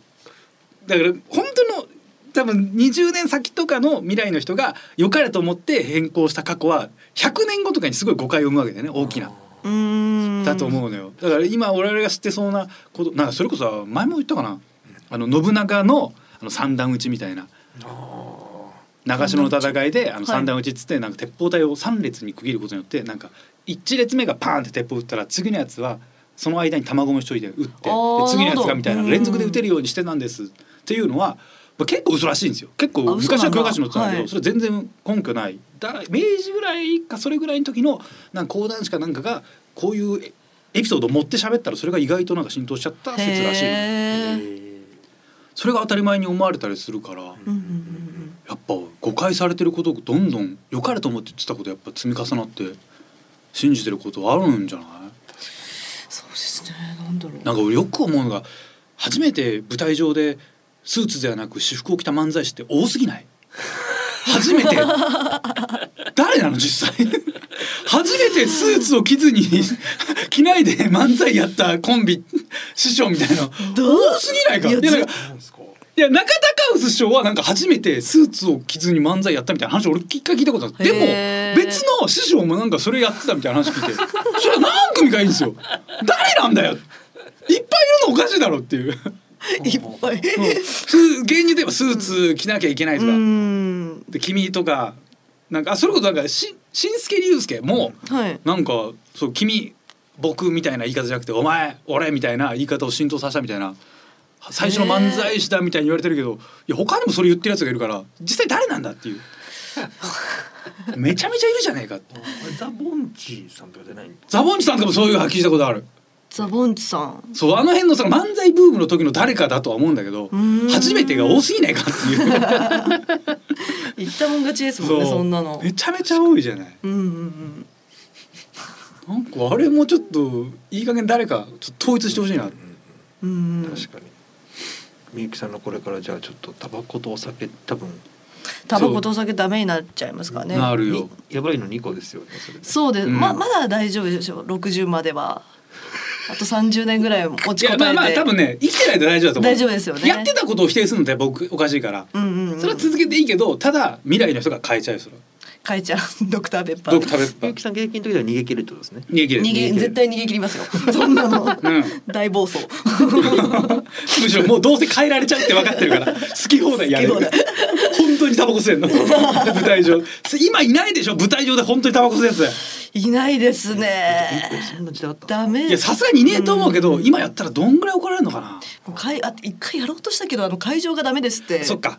Speaker 3: だから本当の多分20年先とかの未来の人が良かれと思って変更した過去は100年後とかにすごい誤解を生むわけだよね大きな
Speaker 4: うーん
Speaker 3: だと
Speaker 4: う
Speaker 3: 思うのよだから今我々が知ってそうなことなんかそれこそ前も言ったかなあの信長のあの三段打ちみたいな長篠の戦いであの三段打ちっつってなんか鉄砲隊を3列に区切ることによってなんか1列目がパーンって鉄砲撃ったら次のやつはその間に卵もしといて撃ってで
Speaker 4: あー
Speaker 3: 次のやつ
Speaker 4: なるほ
Speaker 3: が
Speaker 4: ど
Speaker 3: みたいな連続で撃てるようにしてたんですっていうのはまあ結構嘘らしいんですよ結構
Speaker 4: あ嘘な
Speaker 3: 昔
Speaker 4: んだ
Speaker 3: は教科書に載ってたんだけど、
Speaker 4: はい
Speaker 3: それ全然根拠ないだ明治ぐらいかそれぐらいの時のなんか講談師かなんかがこういうエエピソードを持って喋ったらそれが意外となんか浸透しちゃった説らしいのそれが当たり前に思われたりするから、
Speaker 4: うんうんうん
Speaker 3: やっぱ誤解されてることどんどん良かれと思って言ってたことやっぱ積み重なって信じてることあるんじゃない
Speaker 4: そうですねなんだろう
Speaker 3: なんか俺よく思うのが初めて舞台上でスーツではなく私服を着た漫才師って多すぎない初めて誰なの実際初めてスーツを着ずに着ないで漫才やったコンビ師匠みたいな
Speaker 4: どう
Speaker 3: 多すぎないか
Speaker 4: いや
Speaker 3: いやなんか
Speaker 6: なんですか
Speaker 3: いや中田カウス師匠はなんか初めてスーツを着ずに漫才やったみたいな話俺一回聞いたことあるでも
Speaker 4: へー
Speaker 3: 別の師匠もなんかそれやってたみたいな話聞いて それは何組かいいんですよ誰なんだよいっぱいいるのおかしいだろっていう
Speaker 4: いっぱい
Speaker 3: す芸人といえばスーツ着なきゃいけないと
Speaker 4: う
Speaker 3: か、
Speaker 4: ん
Speaker 3: で君とかなんかあそれこそなんかし新助竜介も
Speaker 4: はい
Speaker 3: なんかそう君僕みたいな言い方じゃなくてお前俺みたいな言い方を浸透させたみたいな最初の漫才師だみたいに言われてるけどいや他にもそれ言ってるやつがいるから実際誰なんだっていう めちゃめちゃいるじゃねえかって
Speaker 6: ザ・ボンチさんとかじゃないん
Speaker 3: ザボンチさんとかもそういう発揮したことある
Speaker 4: ザボンチさん
Speaker 3: そうあの辺のその漫才ブームの時の誰かだとは思うんだけど
Speaker 4: うーん
Speaker 3: 初めてが多すぎないかっていう
Speaker 4: 言ったもん勝ちですもんね
Speaker 3: う
Speaker 4: そんなの
Speaker 3: めちゃめちゃ多いじゃない
Speaker 4: うんうんうん
Speaker 3: なんかあれもちょっといい加減誰かちょっと統一してほしいな、
Speaker 4: うんうん
Speaker 6: 確かにみゆきさんのこれからじゃあちょっとタバコとお酒多分
Speaker 4: タバコとお酒ダメになっちゃいますからね
Speaker 3: なる
Speaker 6: に
Speaker 3: よ
Speaker 6: やばいの2個ですよねそれね
Speaker 4: そうです、
Speaker 3: うん
Speaker 4: ままだ大丈夫でしょ60まではあと30年ぐらい落
Speaker 3: い
Speaker 4: ちこ
Speaker 3: や
Speaker 4: た
Speaker 3: ま
Speaker 4: え
Speaker 3: あ
Speaker 4: て
Speaker 3: まあ多分ね生きてないと大丈夫だと思う
Speaker 4: 大丈夫ですよね
Speaker 3: やってたことを否定するのって僕おかしいから、
Speaker 4: うんうん、うん、
Speaker 3: それは続けていいけどただ未来の人が変えちゃうよそれは
Speaker 4: かえちゃうドクターペッパー
Speaker 3: ド
Speaker 4: で
Speaker 3: クターペ
Speaker 6: みゆ
Speaker 3: ッ
Speaker 6: き
Speaker 3: パー
Speaker 6: さん現役の時は逃げ切るってことですね
Speaker 3: 逃げ切れる
Speaker 4: 逃げ絶対逃げ切りますよ そんなの
Speaker 3: うん、
Speaker 4: 大暴走
Speaker 3: むしろもうどうせ変えられちゃうって分かってるか ら好き放題やれる
Speaker 4: 好き放
Speaker 3: 本当にタバコ吸えんの舞台上今いないでしょ舞台上で本当にタバコ吸うやつ
Speaker 4: いないです
Speaker 6: え
Speaker 4: ね
Speaker 6: そんな時代あった
Speaker 4: ダメ
Speaker 3: いやさすがにいねえと思うけど、今やったらどんぐらい怒られるのかな、
Speaker 4: もうかいあ一回やろうとしたけどあの会場がダメですって
Speaker 3: そっか、
Speaker 4: はい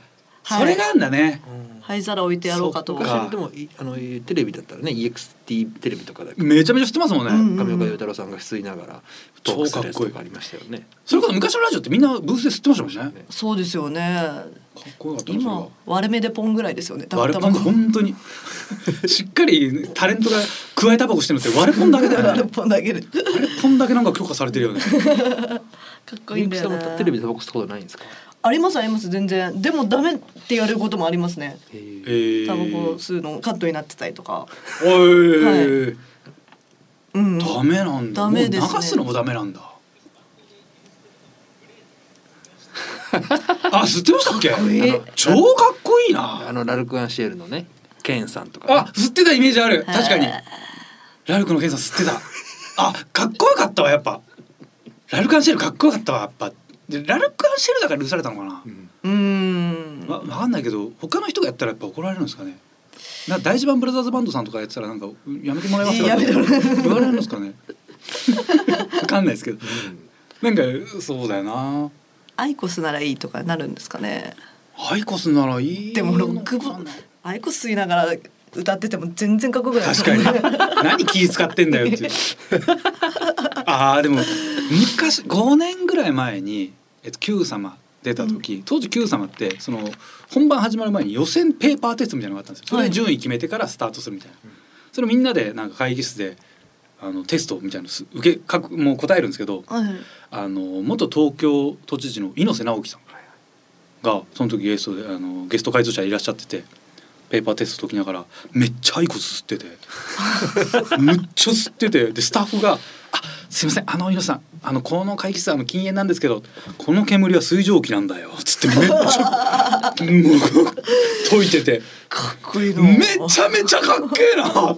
Speaker 3: それがあんだね
Speaker 4: 灰皿置いてやろうかと
Speaker 3: そっ
Speaker 6: 昔
Speaker 3: か
Speaker 6: のでもいあのテレビだったらね EXT テレビとかだけど
Speaker 3: めちゃめちゃ知ってますもんね、
Speaker 4: うん
Speaker 6: 亀岡裕太郎さんが出演ながらトークするやつとかありましたよね
Speaker 3: それこそ昔のラジオってみんなブースで吸ってましたもんね
Speaker 6: ね
Speaker 4: そうですよね
Speaker 3: かっこよかったなそれは
Speaker 4: 今割れ目でポンぐらいですよねタ
Speaker 3: 割
Speaker 4: バ
Speaker 3: れポ
Speaker 4: コ
Speaker 3: ン本当にしっかりタレントが加えタバコしてるのって割れポンだけだよね
Speaker 4: 割れポン投 げるか
Speaker 3: 割れポンだけなんか許可されてるよね
Speaker 4: っこいいんだよ
Speaker 6: みゆきさんも
Speaker 4: ね
Speaker 6: テレビでタバコ吸ったことないんですか
Speaker 4: ありますあります全然でもダメって言われることもありますね
Speaker 6: へー
Speaker 3: え
Speaker 4: タバコ吸うのカットになってたりとか
Speaker 3: おい
Speaker 4: うん
Speaker 3: ダメなんだ
Speaker 4: ダメですね
Speaker 3: もう流すのもダメなんだ あ吸ってましたっけ
Speaker 4: かっこいい
Speaker 3: あの超かっこいい
Speaker 6: あ
Speaker 3: な
Speaker 6: のラルクアンシエルのねケンさんとかね、
Speaker 3: あ吸ってたイメージある確かに
Speaker 4: はい
Speaker 3: ラルクのケンさん吸ってたあかっこよかったわやっぱラルクアンシェルかっこよかったわやっぱでラルクアンシェルだから許されたのかな、
Speaker 6: うん
Speaker 4: うーん
Speaker 3: わわかんないけど他の人がやったらやっぱ怒られるんですかねな大事版ブラザーズバンドさんとかやってたらなんかうんやめてもらえますか
Speaker 4: えーやめてもら
Speaker 3: 言われるんですかねわかんないです けどなんかそうだよな
Speaker 4: アイコスならいいとかなるんですかね
Speaker 3: アイコスならいい
Speaker 4: でもロ
Speaker 3: の
Speaker 4: ックボ
Speaker 3: かな
Speaker 4: アイコス吸いながら歌ってても全然かっこよくない
Speaker 3: 確かに何気使ってんだよっていう ああでも昔5年ぐらい前に「えっと、Q 様」出た時、当時 Q 様ってその本番始まる前に予選ペーパーテストみたいなのがあったんですよそれで順位決めてからスタートするみたいな、それみんなでなんか会議室であのテストみたいなのす受け書くもう答えるんですけど
Speaker 4: はい。
Speaker 3: あの元東京都知事の猪瀬直樹さんがその時ゲストであのゲスト解答者いらっしゃっててペーパーテスト解きながらめっちゃアイコス吸っててむっちゃ吸っててでスタッフが「あすいませんあの猪瀬さんあのこの会議室はあの禁煙なんですけどこの煙は水蒸気なんだよ」つってめっちゃもう解いてて
Speaker 4: かっこいいな。
Speaker 3: めちゃめちゃかっけえな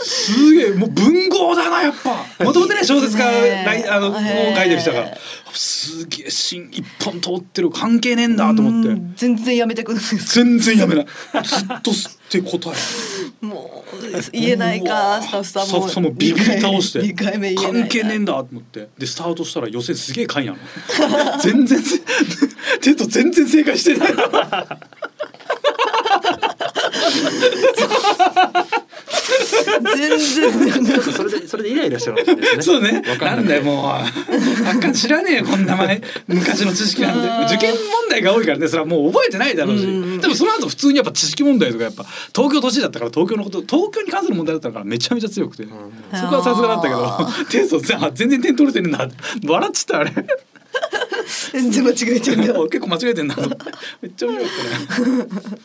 Speaker 3: すげえもう文豪だなやっぱもともとね小説家
Speaker 4: いいですね
Speaker 3: 来あのもう書いてる人
Speaker 4: へ
Speaker 3: がすげえ芯一本通ってる関係ねえんだと思っ
Speaker 4: う
Speaker 3: て
Speaker 4: ん全然やめてください。
Speaker 3: 全然やめないずっと吸って答え
Speaker 4: もう言えないかスタッフさん
Speaker 3: スタッ
Speaker 4: も
Speaker 3: フさんもビビり倒して
Speaker 4: 2回目言えない
Speaker 3: 関係ねえんだと思ってでスタートしたら予選すげえ回なの全然 せテスト全然正解してない
Speaker 4: 全然
Speaker 5: それでそれでイライラしてるわけですね。
Speaker 3: そうね。
Speaker 5: わ
Speaker 3: な
Speaker 5: かん
Speaker 3: んだよもう。あかん知らねえよこんな前昔の知識なんて。受験問題が多いからね。それはもう覚えてないだろう
Speaker 4: うんうんう
Speaker 3: し。
Speaker 4: ん
Speaker 3: でもその後普通にやっぱ知識問題とかやっぱ東京都市だったから東京のこと東京に関する問題だったからめちゃめちゃ強くて。そこはさすがだったけど、テスト全全然点取れてるんだ。笑っちゃったあれ。
Speaker 4: 全然間違えちゃうんだよ
Speaker 3: 結構間違えてんなと思って。めっちゃ面白かったね。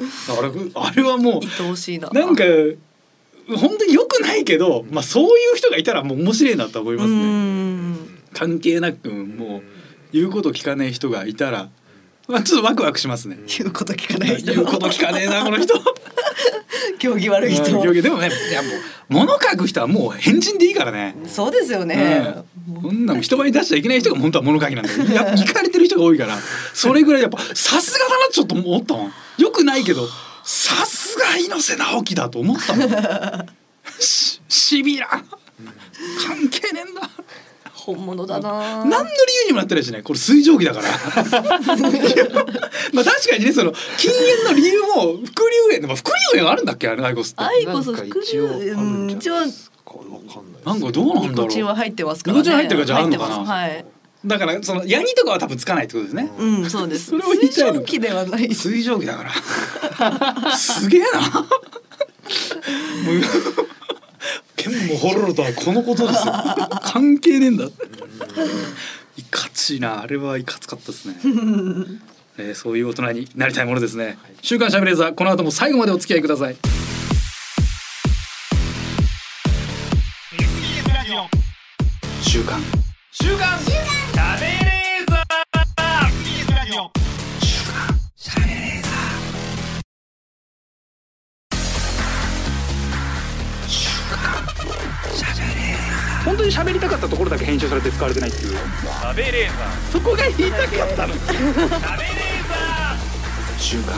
Speaker 3: あれあれはもう
Speaker 4: 愛おしいな
Speaker 3: なんか本当に良くないけど、まあそういう人がいたらもう面白いなと思いうますね。
Speaker 4: ん
Speaker 3: 関係なくもう言うこと聞かねえ人がいたら、まあ、ちょっとワクワクしますね。
Speaker 4: 言うこと聞かない人
Speaker 3: 言うこと聞かねえ なこの人。
Speaker 4: 競技悪い人
Speaker 3: うんでもねいやもう物書く人はもう変人でいいからね。
Speaker 4: そうですよね
Speaker 3: うん、こんなの人前に出しちゃいけない人が 本当は物書きなんだよ。いや行かれてる人が多いからそれぐらいやっぱさすがだなってちょっと思ったもん。よくないけどさすが猪瀬直樹だと思った もん。ししびらん関係ねえんだ。
Speaker 4: 本物だな
Speaker 3: 何の理由にもなってないしねこれ水蒸気だから いやまあ確かにねその禁煙の理由も副流煙でも副流煙あるんだっけあれアイコスって
Speaker 4: アイコス
Speaker 6: なん
Speaker 4: 副
Speaker 6: か一応あ
Speaker 4: 流
Speaker 6: る
Speaker 4: うん
Speaker 6: ん
Speaker 4: 一
Speaker 6: じゃ
Speaker 4: 応
Speaker 6: ないですかわかんないです
Speaker 3: なんかどうなん
Speaker 4: ニ
Speaker 3: だ
Speaker 4: コ
Speaker 3: ろ
Speaker 4: チンは
Speaker 3: う
Speaker 4: 入ってますからね
Speaker 3: ニコチン入ってるからじゃああんのかな
Speaker 4: 入ってますはい
Speaker 3: だからそのヤニとかは多分つかないってことですね、
Speaker 4: うんそうです
Speaker 3: それを言いたいの
Speaker 4: 水蒸気ではない
Speaker 3: 水蒸気だからすげえなもう剣もホロロとはこのことですよ関係ねえんだいかついなあれはいかつかったですね、えーそういう大人になりたいものですね週刊シャベレーザーこの後も最後までお付き合いください
Speaker 2: TBS ラジオ
Speaker 1: 週刊
Speaker 2: 週刊食べレーザー TBS ラジオ
Speaker 1: 本当に喋りたかったところだけ編集されて使われてないっていう
Speaker 2: 食べレーザー
Speaker 1: そこが言いたかったの
Speaker 2: 食べレーザ
Speaker 1: 週刊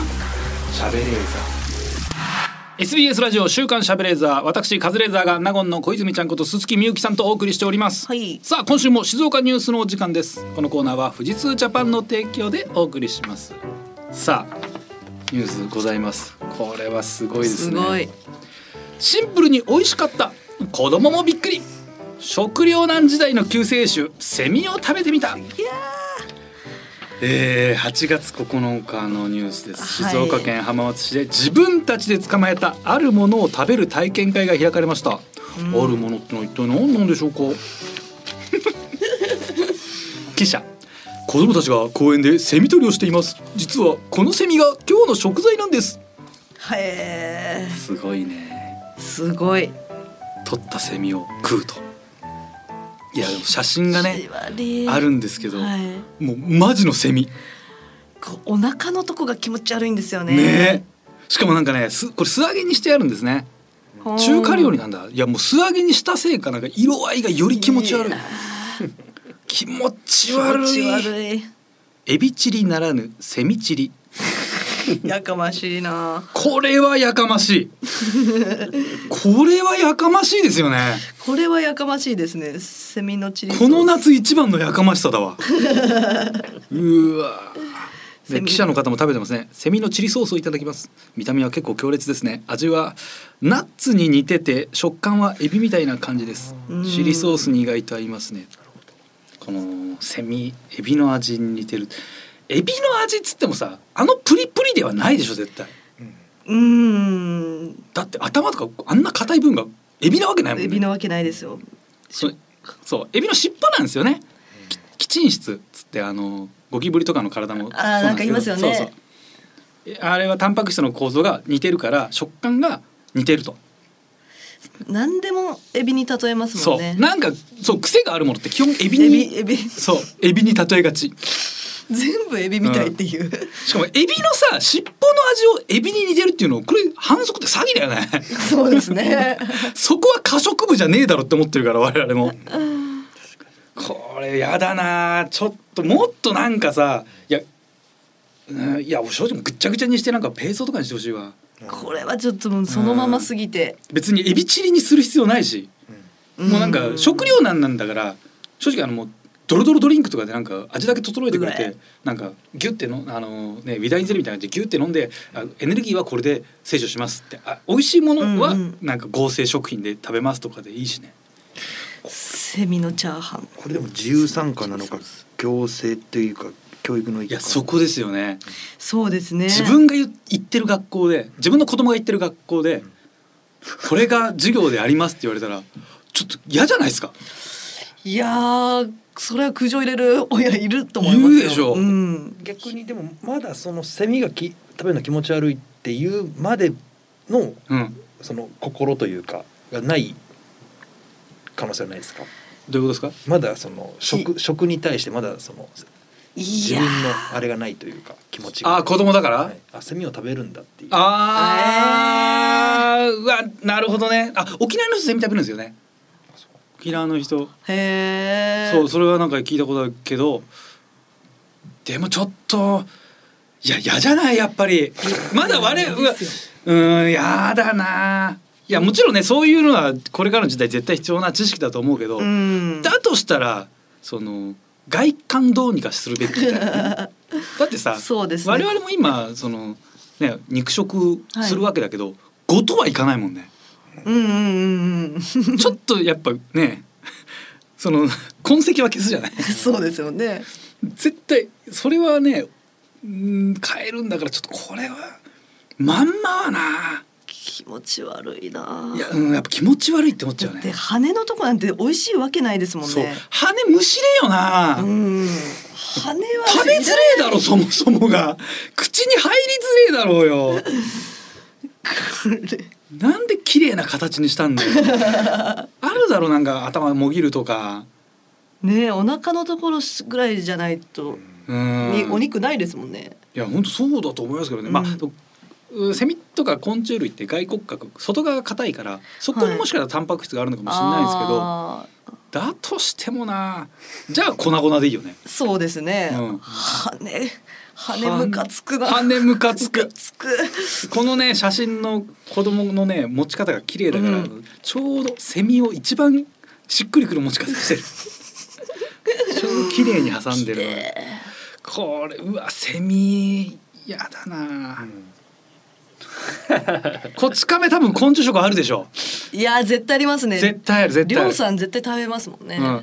Speaker 1: 喋れーザ
Speaker 3: SBS ラジオ週刊シャベレーザー私カズレーザーが納言の小泉ちゃんこと鈴木みゆきさんとお送りしております、
Speaker 4: はい
Speaker 3: さあ今週も静岡ニュースのお時間ですこのコーナーは富士通ジャパンの提供でお送りしますさあニュースございますこれはすごいです
Speaker 4: す
Speaker 3: ね
Speaker 4: ごい
Speaker 3: シンプルに美味しかった子供もびっくり食糧難時代の救世主セミを食べてみたえー、8月9日のニュースです
Speaker 4: はい
Speaker 3: 静岡県浜松市で自分たちで捕まえたあるものを食べる体験会が開かれました、あるものってのは一体何なんでしょうか 記者子供たちが公園でセミ取りをしています実はこのセミが今日の食材なんです
Speaker 4: へえ
Speaker 3: すごいね
Speaker 4: すごい
Speaker 3: 取ったセミを食うといやでも写真がね
Speaker 4: じわり
Speaker 3: あるんですけど、
Speaker 4: はい
Speaker 3: もうマジのセミ
Speaker 4: こうお腹のとこが気持ち悪いんですよね
Speaker 3: ねしかもなんかねすこれ素揚げにしてあるんですね
Speaker 4: ほー
Speaker 3: 中華料理なんだいやもう素揚げにしたせいかなんか色合いがより気持ち悪い
Speaker 4: いいな
Speaker 3: 気持ち
Speaker 4: 気持
Speaker 3: 悪
Speaker 4: ち
Speaker 3: い
Speaker 4: 悪い
Speaker 3: エビチリならぬセミチリ
Speaker 4: やかましいな
Speaker 3: これはやかましい これはやかましいですよね
Speaker 4: これはやかましいですねセミのチリソー
Speaker 3: こ
Speaker 4: ス
Speaker 3: の夏一番のやかましさ だわうわ
Speaker 4: セ
Speaker 3: で
Speaker 4: ミ
Speaker 3: 記者の方も食べてますねセミのチリソースをいただきます見た目は結構強烈ですね味はナッツに似てて食感はエビみたいな感じです
Speaker 4: うん
Speaker 3: チリソースに意外と合いますねこのセミエビの味に似てるエビの味っつってもさあのプリプリではないでしょ絶対
Speaker 4: うーん
Speaker 3: だって頭とかあんな硬い分がエビなわけないもんね
Speaker 4: エビなわけないですよ
Speaker 3: そうそうエビの尻尾なんですよねきキチン質っつってあのゴキブリとかの体もそう
Speaker 4: あー
Speaker 3: なんですけど
Speaker 4: なんかいますよね
Speaker 3: そうそうえあれはタンパク質の構造が似てるから食感が似てると、
Speaker 4: 何でもエビに例えますも
Speaker 3: そ
Speaker 4: んね
Speaker 3: うなんかそう癖があるものって基本エビに
Speaker 4: エビエビ
Speaker 3: そうエビに例えがち
Speaker 4: 全部エビみたいっていう、
Speaker 3: しかもエビのさ尻尾の味をエビに似てるっていうのこれ反則って詐欺だよね
Speaker 4: そうですね
Speaker 3: そこは可食部じゃねえだろって思ってるから我々もこれやだなあちょっともっとなんかさいやうんいや正直ぐっちゃぐちゃにしてなんかペーストとかにしてほしいわ
Speaker 4: これはちょっともうそのまますぎて、
Speaker 3: 別にエビチリにする必要ないしもうなんか食
Speaker 4: 料
Speaker 3: 料なんなんだから正直あのもうドロドロドリンクとかでなんか味だけ整えてくれ
Speaker 4: うわ
Speaker 3: てなんかギュッてのあのねウィダインゼリーみたいな感じでギュッて飲んであエネルギーはこれで摂取しますってあ美味しいものは
Speaker 4: うんうん
Speaker 3: なんか合成食品で食べますとかでいいしね
Speaker 4: セミのチャーハン
Speaker 2: これでも自由参加なのか強制というか教育の一
Speaker 3: い
Speaker 2: 環
Speaker 3: やそこですよね
Speaker 4: そうですね
Speaker 3: 自分が言行ってる学校で自分の子供が行ってる学校でこれが授業でありますって言われたらちょっと嫌じゃないですか
Speaker 4: いやーそれは苦情入れる親いると思いますよ
Speaker 3: いるでしょ
Speaker 4: うん、
Speaker 6: 逆にでもまだそのセミがき食べるの気持ち悪いっていうまでの
Speaker 3: うん
Speaker 6: その心というかがない可能性はないですか
Speaker 3: どういうことですか
Speaker 6: まだその食食に対してまだその
Speaker 4: い
Speaker 6: 自
Speaker 4: や
Speaker 6: 分
Speaker 4: ー
Speaker 6: のあれがないというか気持ちが
Speaker 3: あー子供だから、
Speaker 6: はいあセミを食べるんだっていう
Speaker 3: あー、うわなるほどねあ沖縄の人セミ食べるんですよね沖縄の人
Speaker 4: へえ
Speaker 3: そうそれはなんか聞いたことあるけどでもちょっといや嫌じゃないやっぱりまだ我々うわうーんやだないやもちろんねそういうのはこれからの時代絶対必要な知識だと思うけど、
Speaker 4: うん
Speaker 3: だとしたらその外観どうにかするべきみたいな だってさ
Speaker 4: そうですね
Speaker 3: 我々も今その、ね、肉食するわけだけど、ごとはいかないもんね
Speaker 4: うんうんうんうん
Speaker 3: ちょっとやっぱねその痕跡は消すじゃない
Speaker 4: そうですよね
Speaker 3: 絶対それはねうん変えるんだからちょっとこれはまんまはな
Speaker 4: 気持ち悪いない
Speaker 3: や,、うん、やっぱ気持ち悪いって思っちゃう
Speaker 4: だって
Speaker 3: ね
Speaker 4: 羽のとこなんて美味しいわけないですもん
Speaker 3: そう
Speaker 4: ね
Speaker 3: 羽むしれよな、
Speaker 4: うん羽は
Speaker 3: 食べづれえだろそもそもが口に入りづれえだろうよ
Speaker 4: これ
Speaker 3: なんで綺麗な形にしたんだよあるだろなんか頭もぎるとか
Speaker 4: ねえお腹のところぐらいじゃないと、
Speaker 3: うん
Speaker 4: にお肉ないですもんね
Speaker 3: いや本当そうだと思いますけどね、
Speaker 4: うん
Speaker 3: まあうセミとか昆虫類って外骨格外側が硬いからそこにもしかしたらタンパク質があるのかもしれないですけど、
Speaker 4: あ
Speaker 3: だとしてもなじゃあ粉々でいいよね
Speaker 4: ーそうですね、
Speaker 3: うん
Speaker 4: 羽羽ムカつくな
Speaker 3: 羽ムカつ
Speaker 4: ム
Speaker 3: く
Speaker 4: カつく
Speaker 3: このね写真の子供のね持ち方が綺麗だから、
Speaker 4: うん
Speaker 3: ちょうどセミを一番しっくりくる持ち方してるちょうど綺麗に挟んでるこれうわセミやだな、こっち亀多分昆虫食あるでしょ
Speaker 4: いや絶対ありますね
Speaker 3: 絶対ある絶
Speaker 4: り
Speaker 3: 対あ
Speaker 4: ょ
Speaker 3: る
Speaker 4: うさん絶対食べますもんね、
Speaker 3: うん、あ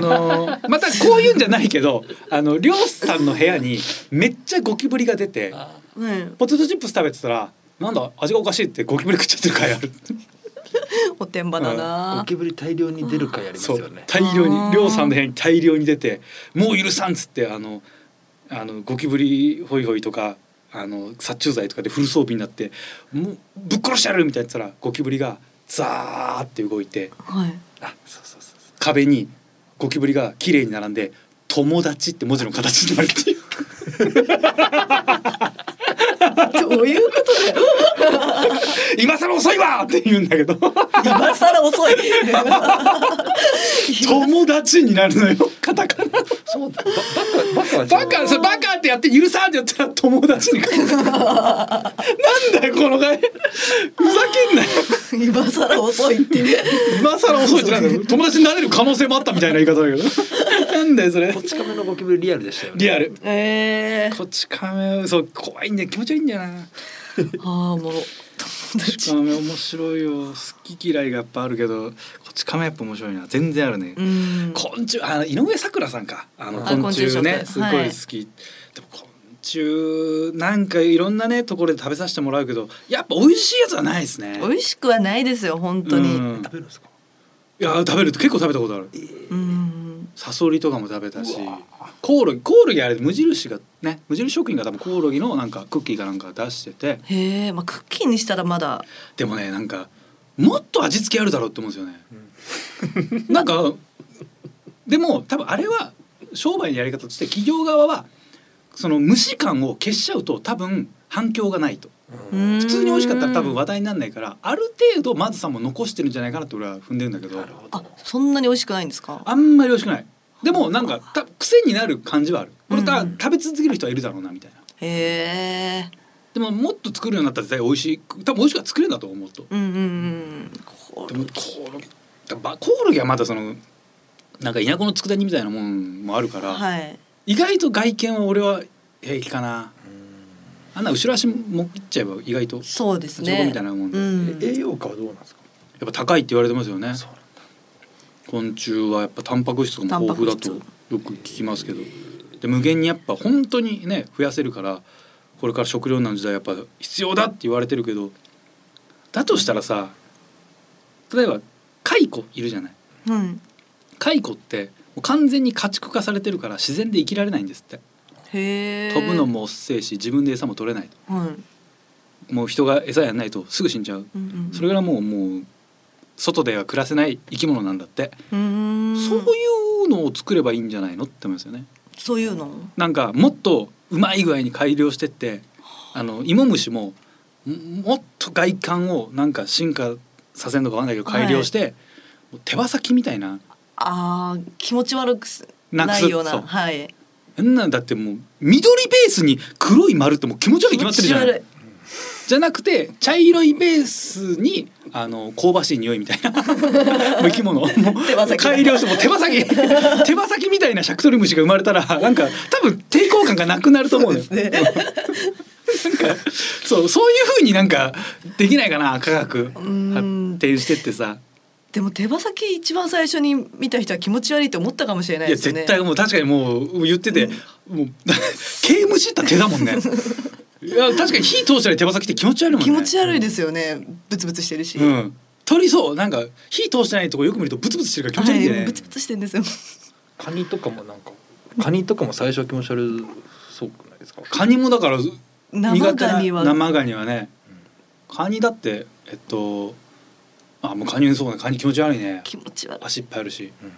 Speaker 3: のーまたこういうんじゃないけどあの漁師さんの部屋にめっちゃゴキブリが出て
Speaker 4: うん、
Speaker 3: ポテトチップス食べてたらなんだ味がおかしいってゴキブリ食っちゃってる回ある
Speaker 4: おてんばだ
Speaker 6: ゴ
Speaker 4: な、
Speaker 6: キブリ大量に出る回あります
Speaker 3: そ
Speaker 6: よ
Speaker 3: う
Speaker 6: ね
Speaker 3: 大量
Speaker 4: あ
Speaker 3: に
Speaker 4: ー
Speaker 3: 漁さんの部屋に大量に出てもう許さんっつってあのあのゴキブリホイホイとかあの殺虫剤とかでフル装備になってもうぶっ殺してやるみたいに言ったらゴキブリがザーって動いて
Speaker 4: はい
Speaker 6: あそうそうそうそ
Speaker 3: 壁にゴキブリが綺麗に並んで「友達」って文字の形になるっていう。
Speaker 4: どういうことだよ
Speaker 3: 今更遅いわって言うんだけど
Speaker 4: 今更遅い
Speaker 3: 友達になるのよ カタカナ
Speaker 6: うそうだババカバカは
Speaker 3: バカそれバカってやって許さんって言ったら友達に変わるなんだよこの回ふざけんなよ
Speaker 4: 今更遅いって
Speaker 3: 今更遅いってなんだよ友達になれる可能性もあったみたいな言い方だけどなんだよそれ
Speaker 6: こち亀のゴキブリリアルでしたよね
Speaker 3: リアル
Speaker 4: えー、
Speaker 3: こち亀そう怖いんだよ気持ち悪いんだよな
Speaker 4: ああもう友
Speaker 3: こち
Speaker 4: 達
Speaker 3: 亀面白いよ好き嫌いがやっぱあるけどこち亀やっぱ面白いな全然あるね、
Speaker 4: うん
Speaker 3: 昆虫あの井上咲楽さんかあの
Speaker 4: あ
Speaker 3: 昆虫ね
Speaker 4: 昆虫食
Speaker 3: すごい好き、でも昆中なんかいろんなねところで食べさせてもらうけどやっぱ美味しいやつはないですね
Speaker 4: 美味しくはないですよ本当に。
Speaker 3: うん
Speaker 5: べるんですか
Speaker 3: いや食べると結構食べたことある
Speaker 4: うん
Speaker 3: サソリとかも食べたしコオロギコオロギあれ無印がね無印食品が多分コオロギのなんかクッキーかなんか出してて
Speaker 4: へえ、まあクッキーにしたらまだ
Speaker 3: でもねなんかもっと味付けあるだろうって思うんですよね、なんかでも多分あれは商売のやり方として企業側はその無視感を消しちゃうと多分反響がないと
Speaker 4: 普
Speaker 3: 普通に美味しかったら多分話題にならないからある程度まずさも残してるんじゃないかなって俺は踏んでるんだけど
Speaker 4: あそんなに美味しくないんですか。
Speaker 3: あんまり美味しくないでもなんかた癖になる感じはあるこれた、
Speaker 4: うん
Speaker 3: 食べ続ける人はいるだろうなみたいな
Speaker 4: へえ、
Speaker 3: でももっと作るようになったら絶対美味しい多分美味しくは作れるんだと思うと
Speaker 4: うんうんうん。こ
Speaker 3: でもコオロギだばコオロギはまだそのなんか稲子の佃煮みたいなもんもあるか
Speaker 4: れ
Speaker 3: ら、
Speaker 4: はい。
Speaker 3: 意外と外見は俺は平気かなあんな後ろ足もぎっちゃえば意外と立
Speaker 4: そうです
Speaker 3: ちこ
Speaker 4: ね。
Speaker 3: みたいなもんで、
Speaker 4: う
Speaker 3: や
Speaker 4: ん。
Speaker 6: 栄養価はどうなんですか
Speaker 3: っぱ高いって言われてますよね
Speaker 6: そうなんだ
Speaker 3: 昆虫はやっぱタンパク質が豊富だと
Speaker 4: タン
Speaker 3: よ
Speaker 4: パ
Speaker 3: く聞きますけどで無限にやっぱ本当にね増やせるからこれから食糧難の時代やっぱ必要だって言われてるけどだとしたらさ例えば蚕いるじゃない
Speaker 4: うん。
Speaker 3: 蚕ってもう完全に家畜化されてるから自然で生きられないんですって
Speaker 4: へえ。
Speaker 3: 飛ぶの。も遅いし自分で餌も取れない
Speaker 4: はい。
Speaker 3: もう人が餌やんないとすぐ死んじゃう
Speaker 4: うんうん。
Speaker 3: それからもうもう外では暮らせない生き物なんだって
Speaker 4: うーん。
Speaker 3: そういうのを作ればいいんじゃないのって思いますよね
Speaker 4: そういうの。
Speaker 3: なんかもっとうまい具合に改良してってあの芋虫もんもっと外観をなんか進化させるのかわかんないけど改良して、もう手羽先みたいな
Speaker 4: ああ気持ち悪くす
Speaker 3: なく
Speaker 4: な
Speaker 3: す
Speaker 4: いよう
Speaker 3: そ
Speaker 4: な
Speaker 3: う
Speaker 4: はい。
Speaker 3: あんなんだってもう緑ベースに黒い丸ってもう気持ち悪いに決まってるじゃない
Speaker 4: 気持ち
Speaker 3: じゃなくて茶色いベースにあの香ばしい匂いみた いなもう生き物をも
Speaker 4: 手羽
Speaker 3: う
Speaker 4: 先が
Speaker 3: 改良してもう手羽先 手羽先みたいなシャクトリムシが生まれたらなんか多分抵抗感がなくなると思うのよ
Speaker 4: 悪いですね。
Speaker 3: そうそういう風になんかできないかな科学
Speaker 4: ん
Speaker 3: 発展してってさ
Speaker 4: でも手羽先一番最初に見た人は気持ち悪いと思ったかもしれない
Speaker 3: いや
Speaker 4: ですよね。
Speaker 3: 絶対もう確かにもう言ってて、もう 刑務しった手だもんねいや確かに火通したり手羽先って気持ち悪いもんね
Speaker 4: 気持ち悪いですよね。ブツブツしてるし。
Speaker 3: うん鳥そうなんか火通してないとこよく見るとブツブツしてるから気持ち悪いんだよ
Speaker 4: は
Speaker 3: ね、
Speaker 4: い、ブツブツしてんですよ。
Speaker 6: カニとかもなんかカニとかも最初は気持ち悪そうくないですか
Speaker 3: カニもだから
Speaker 4: 生ガニは。
Speaker 3: 生ガニはねカニだってえっとあもうカニそうねカニ気持ち悪いね
Speaker 4: 気持ち悪い。
Speaker 3: 足いっぱいあるし、
Speaker 6: うん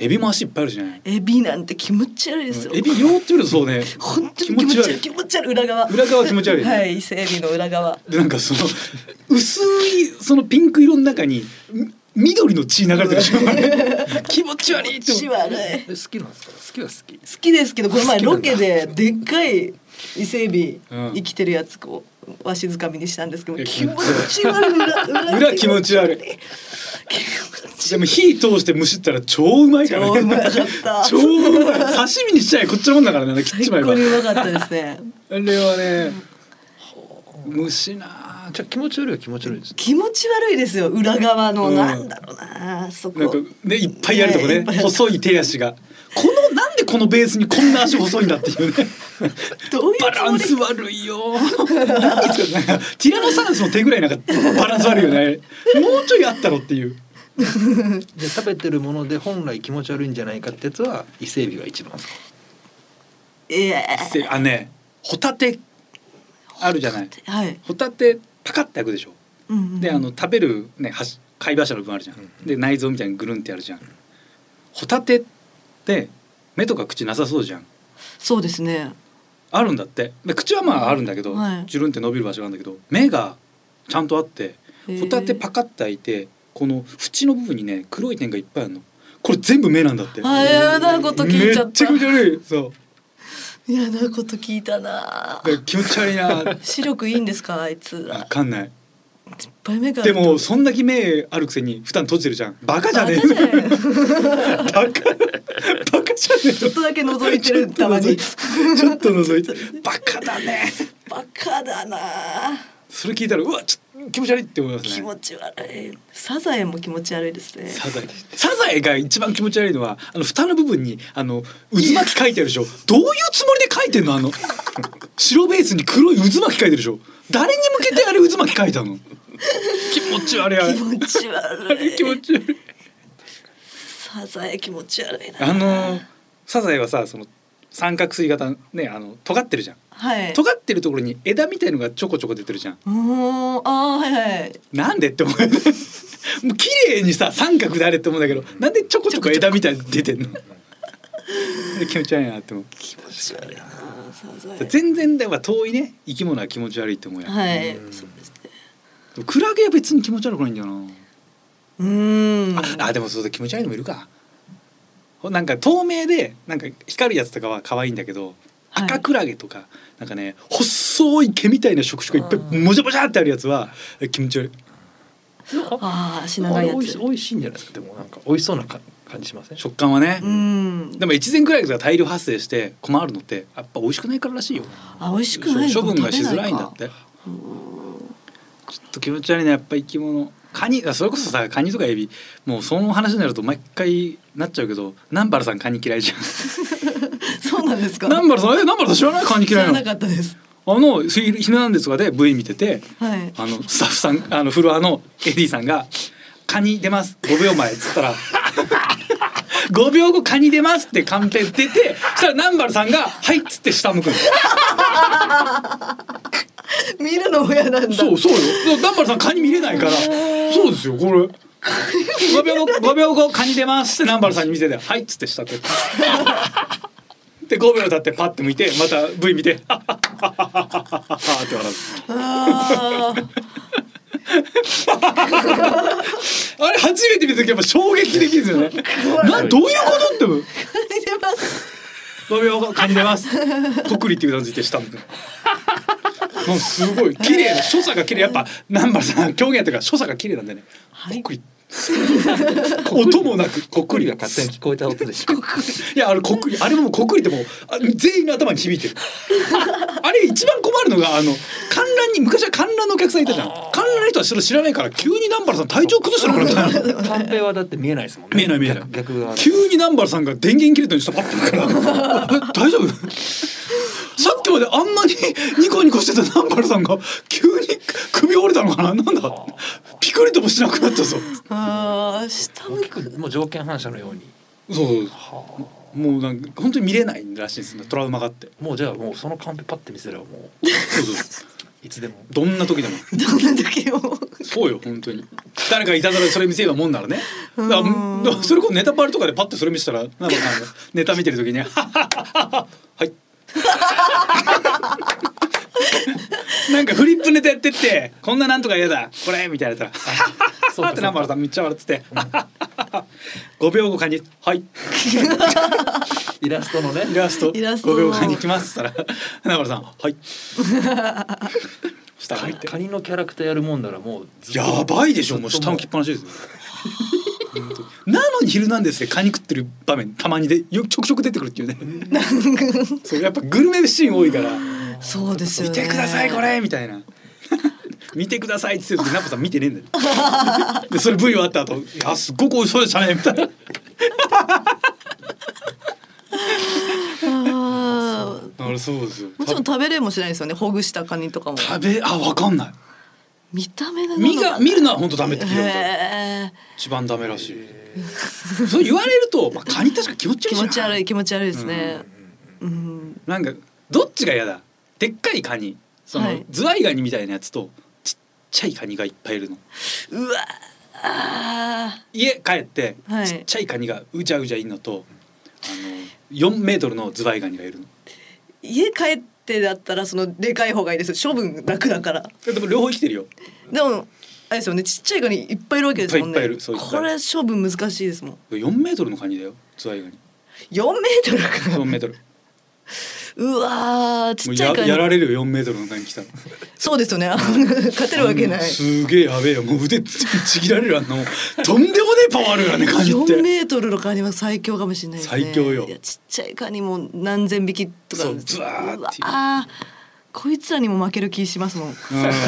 Speaker 3: エビも足いっぱいあるしね
Speaker 4: エビなんて気持ち悪いですよ。
Speaker 3: エビ用っていうとそう ね
Speaker 4: 本当に気持ち悪い。気持ち悪い裏側。
Speaker 3: 裏側気持ち悪いね、
Speaker 4: はい、伊勢エビの裏側。
Speaker 3: でなんかその薄いそのピンク色の中にみ緑の血流れてるし 気持ち悪いっ
Speaker 4: 気持ち
Speaker 3: て
Speaker 4: 悪い。
Speaker 6: え好きなんですか好きは好き
Speaker 4: 好きですけど、この前ロケででっかい伊勢エビ
Speaker 3: うん
Speaker 4: 生きてるやつこうわしづかみにしたんですけ
Speaker 3: い
Speaker 4: ど、
Speaker 3: や
Speaker 4: 気持ち悪い裏裏
Speaker 3: 裏気持ち悪い
Speaker 4: 気持ち
Speaker 3: でも火通して蒸しったら超うまいから
Speaker 4: 超
Speaker 3: ね
Speaker 4: うまかった。
Speaker 3: 超うまい刺身にしちゃえこっちのもんだからね切っ
Speaker 4: 最
Speaker 3: ちまえば
Speaker 4: 高にうまかったですね。
Speaker 3: あれはね蒸しなあ
Speaker 6: じゃあ気持ち悪いは気持ち悪いです
Speaker 4: 気持ち悪いですよ裏側の、
Speaker 3: うん
Speaker 4: なんだろうなそこ
Speaker 3: なんかねいっぱいあるとこ
Speaker 4: ねい
Speaker 3: ね
Speaker 4: っぱいある
Speaker 3: 細い手足がこのなんでこのベースにこんな足細いんだって いうね
Speaker 4: どういう
Speaker 3: バラン
Speaker 4: つ
Speaker 3: ス
Speaker 4: も
Speaker 3: 悪いよ。 何ですかなんかティラノサウルスの手ぐらいなんかバランス悪いよね。もうちょいあったろっていう。
Speaker 6: じゃあ食べてるもので本来気持ち悪いんじゃないかってやつは伊勢海老が一番ですか
Speaker 4: りええ
Speaker 3: せあねホタテあるじゃない。
Speaker 4: はい、
Speaker 3: ホタテパカって開くでしょ。
Speaker 4: うんうん
Speaker 3: であの食べるね箸貝柱の部分あるじゃん。で内臓みたいにぐるんってやるじゃん。ホタテって目とか口なさそうじゃん。
Speaker 4: そうですね
Speaker 3: あるんだって。で口はまああるんだけど、
Speaker 4: はい
Speaker 3: ジュルンって伸びる場所があるんだけど目がちゃんとあって。ホタテパ
Speaker 4: ク
Speaker 3: カッて開いてこの縁の部分にね黒い点がいっぱいあるのこれ全部目なんだって
Speaker 4: あやだこと聞
Speaker 3: め
Speaker 4: い
Speaker 3: っ
Speaker 4: ち
Speaker 3: ち
Speaker 4: ゃ
Speaker 3: ゃ
Speaker 4: っ
Speaker 3: くち
Speaker 4: た
Speaker 3: ゃ悪い そう
Speaker 4: やだこと聞いたな
Speaker 3: だから気持ち悪いな
Speaker 4: 視力いいんですかあいつ
Speaker 3: わかんない
Speaker 4: いっぱい目があ
Speaker 3: で
Speaker 4: る
Speaker 3: もそんだけ目あるくせに普段閉じてるじゃんバカじゃねえ
Speaker 4: バカじゃない
Speaker 3: バカバカじゃね
Speaker 4: ちょっとだけ覗いてるたまに
Speaker 3: えちょっと覗いてバカだね
Speaker 4: バカだな
Speaker 3: それ聞いたらうわちょっと気持ち悪いって思いますね
Speaker 4: 気持ち悪いサザエも気持ち悪いですね
Speaker 3: サザエサザエが一番気持ち悪いのはあの蓋の部分にあの渦巻き書いてあるでしょどういうつもりで書いてんのあの白ベースに黒い渦巻き書いてるでしょ誰に向けてあれ渦巻き書いたの気持ち悪いあれ
Speaker 4: 気持ち
Speaker 3: あ
Speaker 4: 悪
Speaker 3: れ
Speaker 4: い
Speaker 3: 気持ち悪い
Speaker 4: サザエ気持ち悪いな
Speaker 3: あのサザエはさその三角錐型ねあの尖ってるじゃん
Speaker 4: はい
Speaker 3: 尖ってるところに枝みたいのがちょこちょこ出てるじゃん
Speaker 4: うーんああはいはい
Speaker 3: なんでって思う もう綺麗にさ三角であれって思うんだけどなんでちょこちょこ枝みたいに出て んの気持ち悪いなって思う
Speaker 4: 気持ち悪いなサザ エ
Speaker 3: 全然では遠いね生き物は気持ち悪いって思うやん、
Speaker 4: はいそうですね
Speaker 3: でもクラゲは別に気持ち悪くないんだよな、
Speaker 4: うーん
Speaker 3: ああでもそうだ気持ち悪いのもいるかほなんか透明でなんか光るやつとかは可愛いんだけど
Speaker 4: はい
Speaker 3: 赤クラゲとか、なんかね細い毛みたいな触手がいっぱいもじゃもじゃってあるやつはえ気持ち悪い
Speaker 4: ああし
Speaker 6: あ
Speaker 4: 長い
Speaker 6: れ
Speaker 4: や
Speaker 6: 美味し
Speaker 4: つ
Speaker 6: 美味しいんじゃないですかでもなんか美味しそうなか感じしません
Speaker 3: 食感はね、
Speaker 4: うん
Speaker 3: でも越前クラゲが大量発生して困るのってやっぱ美味しくないかららしいよ
Speaker 4: あ美味しくない
Speaker 3: 処分がしづらいんだってちょっと気持ち悪いねやっぱ生き物カニあそれこそさカニとかエビもうその話になると毎回なっちゃうけど南原さんカニ嫌いじゃ
Speaker 4: そうなんですか
Speaker 3: ん南原さんえ南原さん知らないカニ
Speaker 4: 知
Speaker 3: 嫌
Speaker 4: ら
Speaker 3: いな
Speaker 4: な
Speaker 3: の
Speaker 4: かったです
Speaker 3: あの「ひひななんです」とかで V 見てて
Speaker 4: はい
Speaker 3: あのスタッフさんあのフロアの AD さんが「カニ出ます5秒前」っつったら「5秒後カニ出ます」ってカンペ出てそしたら南原さんが「はい」っつって下向くの。
Speaker 4: 見るの親なんだ
Speaker 3: そうそうよ。だから南原さんカニ見れないから。そうですよこれ。5秒後5秒後カニ出ますって南原さんに見せて「はい」っつって下こうで5秒経ってパッて向いてまた V 見て「あっはっは」って笑
Speaker 4: あー
Speaker 3: うあれ初めて見た時やっぱ衝撃的ですよねなどういうことって
Speaker 4: 出ます
Speaker 3: 5秒後カニ出 ますこくりっていう感じで下向くもうすごい綺麗な所作が綺麗やっぱ南原さん狂言というか所作が綺麗なんでね
Speaker 4: はい
Speaker 3: こっくり音もなくこっくり
Speaker 5: が勝手に聞こえた音でしょ。
Speaker 3: いやあれこっくりあれもこっくりってもうあ全員の頭に響いてるあれ一番困るのがあの観覧に昔は観覧のお客さんいたじゃん観覧の人はそれ知らないから急に南原さん体調崩したのかなみたいな
Speaker 6: カンペはだって見えないですもんね
Speaker 3: 見えない見えない
Speaker 6: 逆逆側
Speaker 3: 急に南原さんが電源切れたのに下パッと見たから え大丈夫さっきまであんなにニコニコしてた南原さんが急に首折れたのかななんだピクリともしなくなったぞ
Speaker 4: あー下向
Speaker 6: 大き
Speaker 4: く
Speaker 6: くもう条件反射のように
Speaker 3: そうもうなんか本当に見れないらしいですねトラウマがあって
Speaker 6: もうじゃあもうそのカンペパッて見せればも
Speaker 3: そうそう
Speaker 6: ういつ でも
Speaker 3: どんな時でも
Speaker 4: どんな時も
Speaker 3: そうよ本当に誰かいたずらでそれ見せようもんならねだから
Speaker 4: うん
Speaker 3: だからそれこそネタパレとかでパッとそれ見せたらなんかあのネタ見てる時に「はっはっはっははい」なんかフリップネタやってって「こんななんとか嫌だこれ」みたいなやったら「はっはっはっは」って南原さんめっちゃ笑ってて「はっはっはっは5秒後かに「はい」
Speaker 6: イラストのね
Speaker 3: イラスト
Speaker 4: イラストの
Speaker 3: 5秒間に来ますから南原さん「はい」下向いて
Speaker 6: カニのキャラクターやるもんならもうずっと
Speaker 3: やばいでしょもう下向きっぱなしですよ 本当になのに「昼なんです」でカニ食ってる場面たまにでよちょくちょく出てくるっていうねそうやっぱグルメシーン多いから「
Speaker 4: そうですよ
Speaker 3: 見
Speaker 4: ね
Speaker 3: てくださいこれ」みたいな 「見てください」って言ってる時ナポさん見てねえんだよ でそれ V 終わった後いやすっごく美味しそうでしたね」みたいな
Speaker 4: あー
Speaker 3: あれそうですよ
Speaker 4: もちろん食べれもしないですよねほぐしたカニとかも
Speaker 3: 食べあわかんない
Speaker 4: 見た目なの
Speaker 3: 見が見るのは本当ダメって聞いたことある
Speaker 4: へー
Speaker 3: 一番ダメらしい。そう言われると、まあ、カニ確か気持ち悪い
Speaker 4: 気
Speaker 3: じゃん。
Speaker 4: 持ち悪い気持ち悪いですねうん
Speaker 3: なんか、どっちが嫌だ。でっかいカニ。その、
Speaker 4: はい
Speaker 3: ズワイガニみたいなやつと。ちっちゃいカニがいっぱいいるの。
Speaker 4: うわあ
Speaker 3: 家帰って、
Speaker 4: はい
Speaker 3: ちっちゃいカニがうじゃうじゃいるのと。あの、四メートルのズワイガニがいるの。
Speaker 4: ー家帰ってだったらそのでかい方がいいです処分楽だから
Speaker 3: でも両方生きてるよ。
Speaker 4: でもあれですよねちっちゃいカニいっぱいいるわけですもんね
Speaker 3: いっぱいいっぱいいるそういっぱい
Speaker 4: これ処分難しいですもん
Speaker 3: 四メートルのカニだよ。ズワイガニ。
Speaker 4: 4メートル か
Speaker 3: 四メートル。
Speaker 4: うわー ち
Speaker 3: も
Speaker 4: っ
Speaker 3: う
Speaker 4: ちゃ
Speaker 3: や
Speaker 4: いカニ
Speaker 3: やられるよ、四メートルのカニ来たら。
Speaker 4: そうですよね勝てるわけない、
Speaker 3: うんすげえやべえよ、もう腕ちちぎられる、あの。とんでもねえパワーあるよね、カニって。
Speaker 4: 4メートルのカニは最強かもしれないですね
Speaker 3: 最強よ
Speaker 4: いやちっちゃいカニも何千匹とか
Speaker 3: そうズワーっていう
Speaker 4: わーこいつらにも負ける気し ますもん。
Speaker 3: う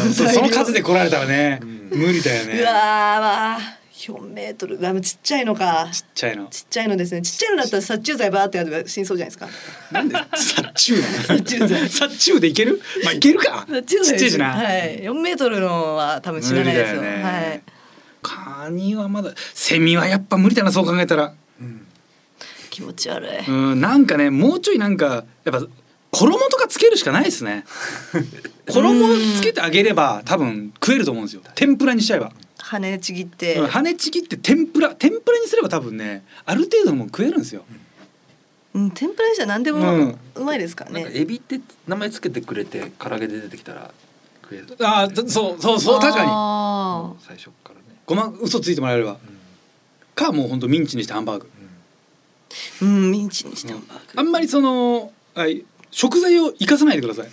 Speaker 3: んそその数で来られたらね無理だよね
Speaker 4: うわーわー4メートルダメちっちゃいのか
Speaker 3: ちっちゃいの
Speaker 4: ちっちゃいのですねちっちゃいのだったら殺虫剤バーってやるば死にそうじゃないですか
Speaker 3: なんで殺虫な
Speaker 4: 殺虫剤
Speaker 3: の殺虫でいけるまあいけるか
Speaker 4: 殺虫
Speaker 3: ち
Speaker 4: 剤
Speaker 3: っちゃいしな、
Speaker 4: はい、4メートルのは多分死なないですよ
Speaker 3: 無理だよね
Speaker 4: はい
Speaker 3: カニはまだセミはやっぱ無理だなそう考えたら
Speaker 4: 気持ち悪い、
Speaker 3: うんなんかねもうちょいなんかやっぱ衣とかつけるしかないです ね衣つけてあげれば多分食えると思うんですよ天ぷらにしちゃえば
Speaker 4: 羽ちぎって、
Speaker 3: うん羽ちぎって天ぷら天ぷらにすれば多分ねある程度のもん食えるんですよ
Speaker 4: うん、天ぷらにしたら何で
Speaker 3: う
Speaker 4: も
Speaker 3: ん
Speaker 4: うまいですからね、
Speaker 6: エビって名前つけてくれて唐揚げで出てきたら食える
Speaker 3: ああそうそうそう確かに
Speaker 4: か
Speaker 6: 最初からね、
Speaker 3: ごま嘘ついてもらえればかもうほんとミンチにしてハンバーグ
Speaker 4: にうんミンチにしても
Speaker 3: あんまりその、はい、食材を生かさないでください。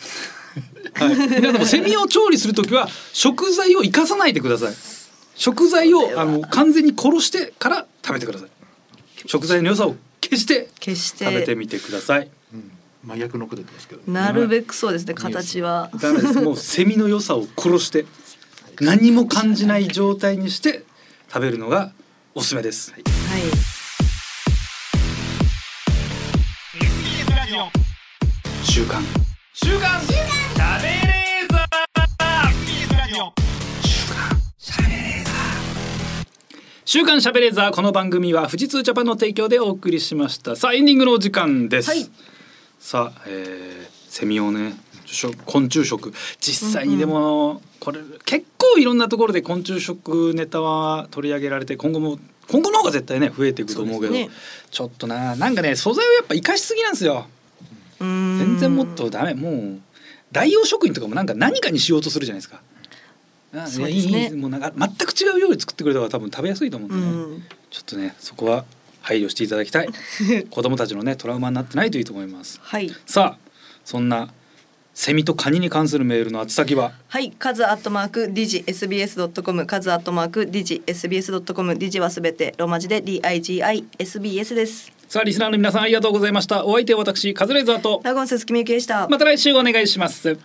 Speaker 3: はい、皆さんもセミを調理するときは食材を生かさないでください。食材をあの完全に殺してから食べてください。食材の良さを決して
Speaker 4: 決して
Speaker 3: 食べてみてください。
Speaker 6: うん、真逆のこと言ってますけど、ね、
Speaker 4: なるべくそうですね形は
Speaker 3: ダメです。もうセミの良さを殺して何も感じない状態にして食べるのがおすすめです。はい
Speaker 4: はい
Speaker 2: SBS ラジオ
Speaker 3: 習慣
Speaker 2: 週刊食べレーザー SBS ラジオ
Speaker 3: 週刊しゃべれーザーこの番組は富士通ジャパンの提供でお送りしましたさあエンディングのお時間です、
Speaker 4: はい
Speaker 3: さあ、えー、セミをねしょ昆虫食実際にでも、これ結構いろんなところで昆虫食ネタは取り上げられて今後も今後の方が絶対ね増えていくと思うけど
Speaker 4: そうですね
Speaker 3: ちょっとななんかね素材をやっぱ生かしすぎなんですよ
Speaker 4: うん
Speaker 3: 全然もっとダメもう代用食品とかもなんか何かにしようとするじゃないですか。あ
Speaker 4: そうですね
Speaker 3: いいいいもうなんか全く違う料理作ってくれた方が多分食べやすいと思うん
Speaker 4: う
Speaker 3: でね。
Speaker 4: ん
Speaker 3: ちょっとねそこは配慮していただきた い子供たちのねトラウマになってないといいと思います
Speaker 4: はい
Speaker 3: さあそんなセミとカニに関するメールの宛先は
Speaker 4: はい、カズアットマークディジ SBS ドットコム、カズアットマークディジ SBS ドットコム、ディジはすべてローマ字で D I G I S B S です。
Speaker 3: さあリスナーの皆さんありがとうございましたお相手は私カズレーザーと
Speaker 4: ラゴンス鈴木みゆきでした。
Speaker 3: また来週お願いします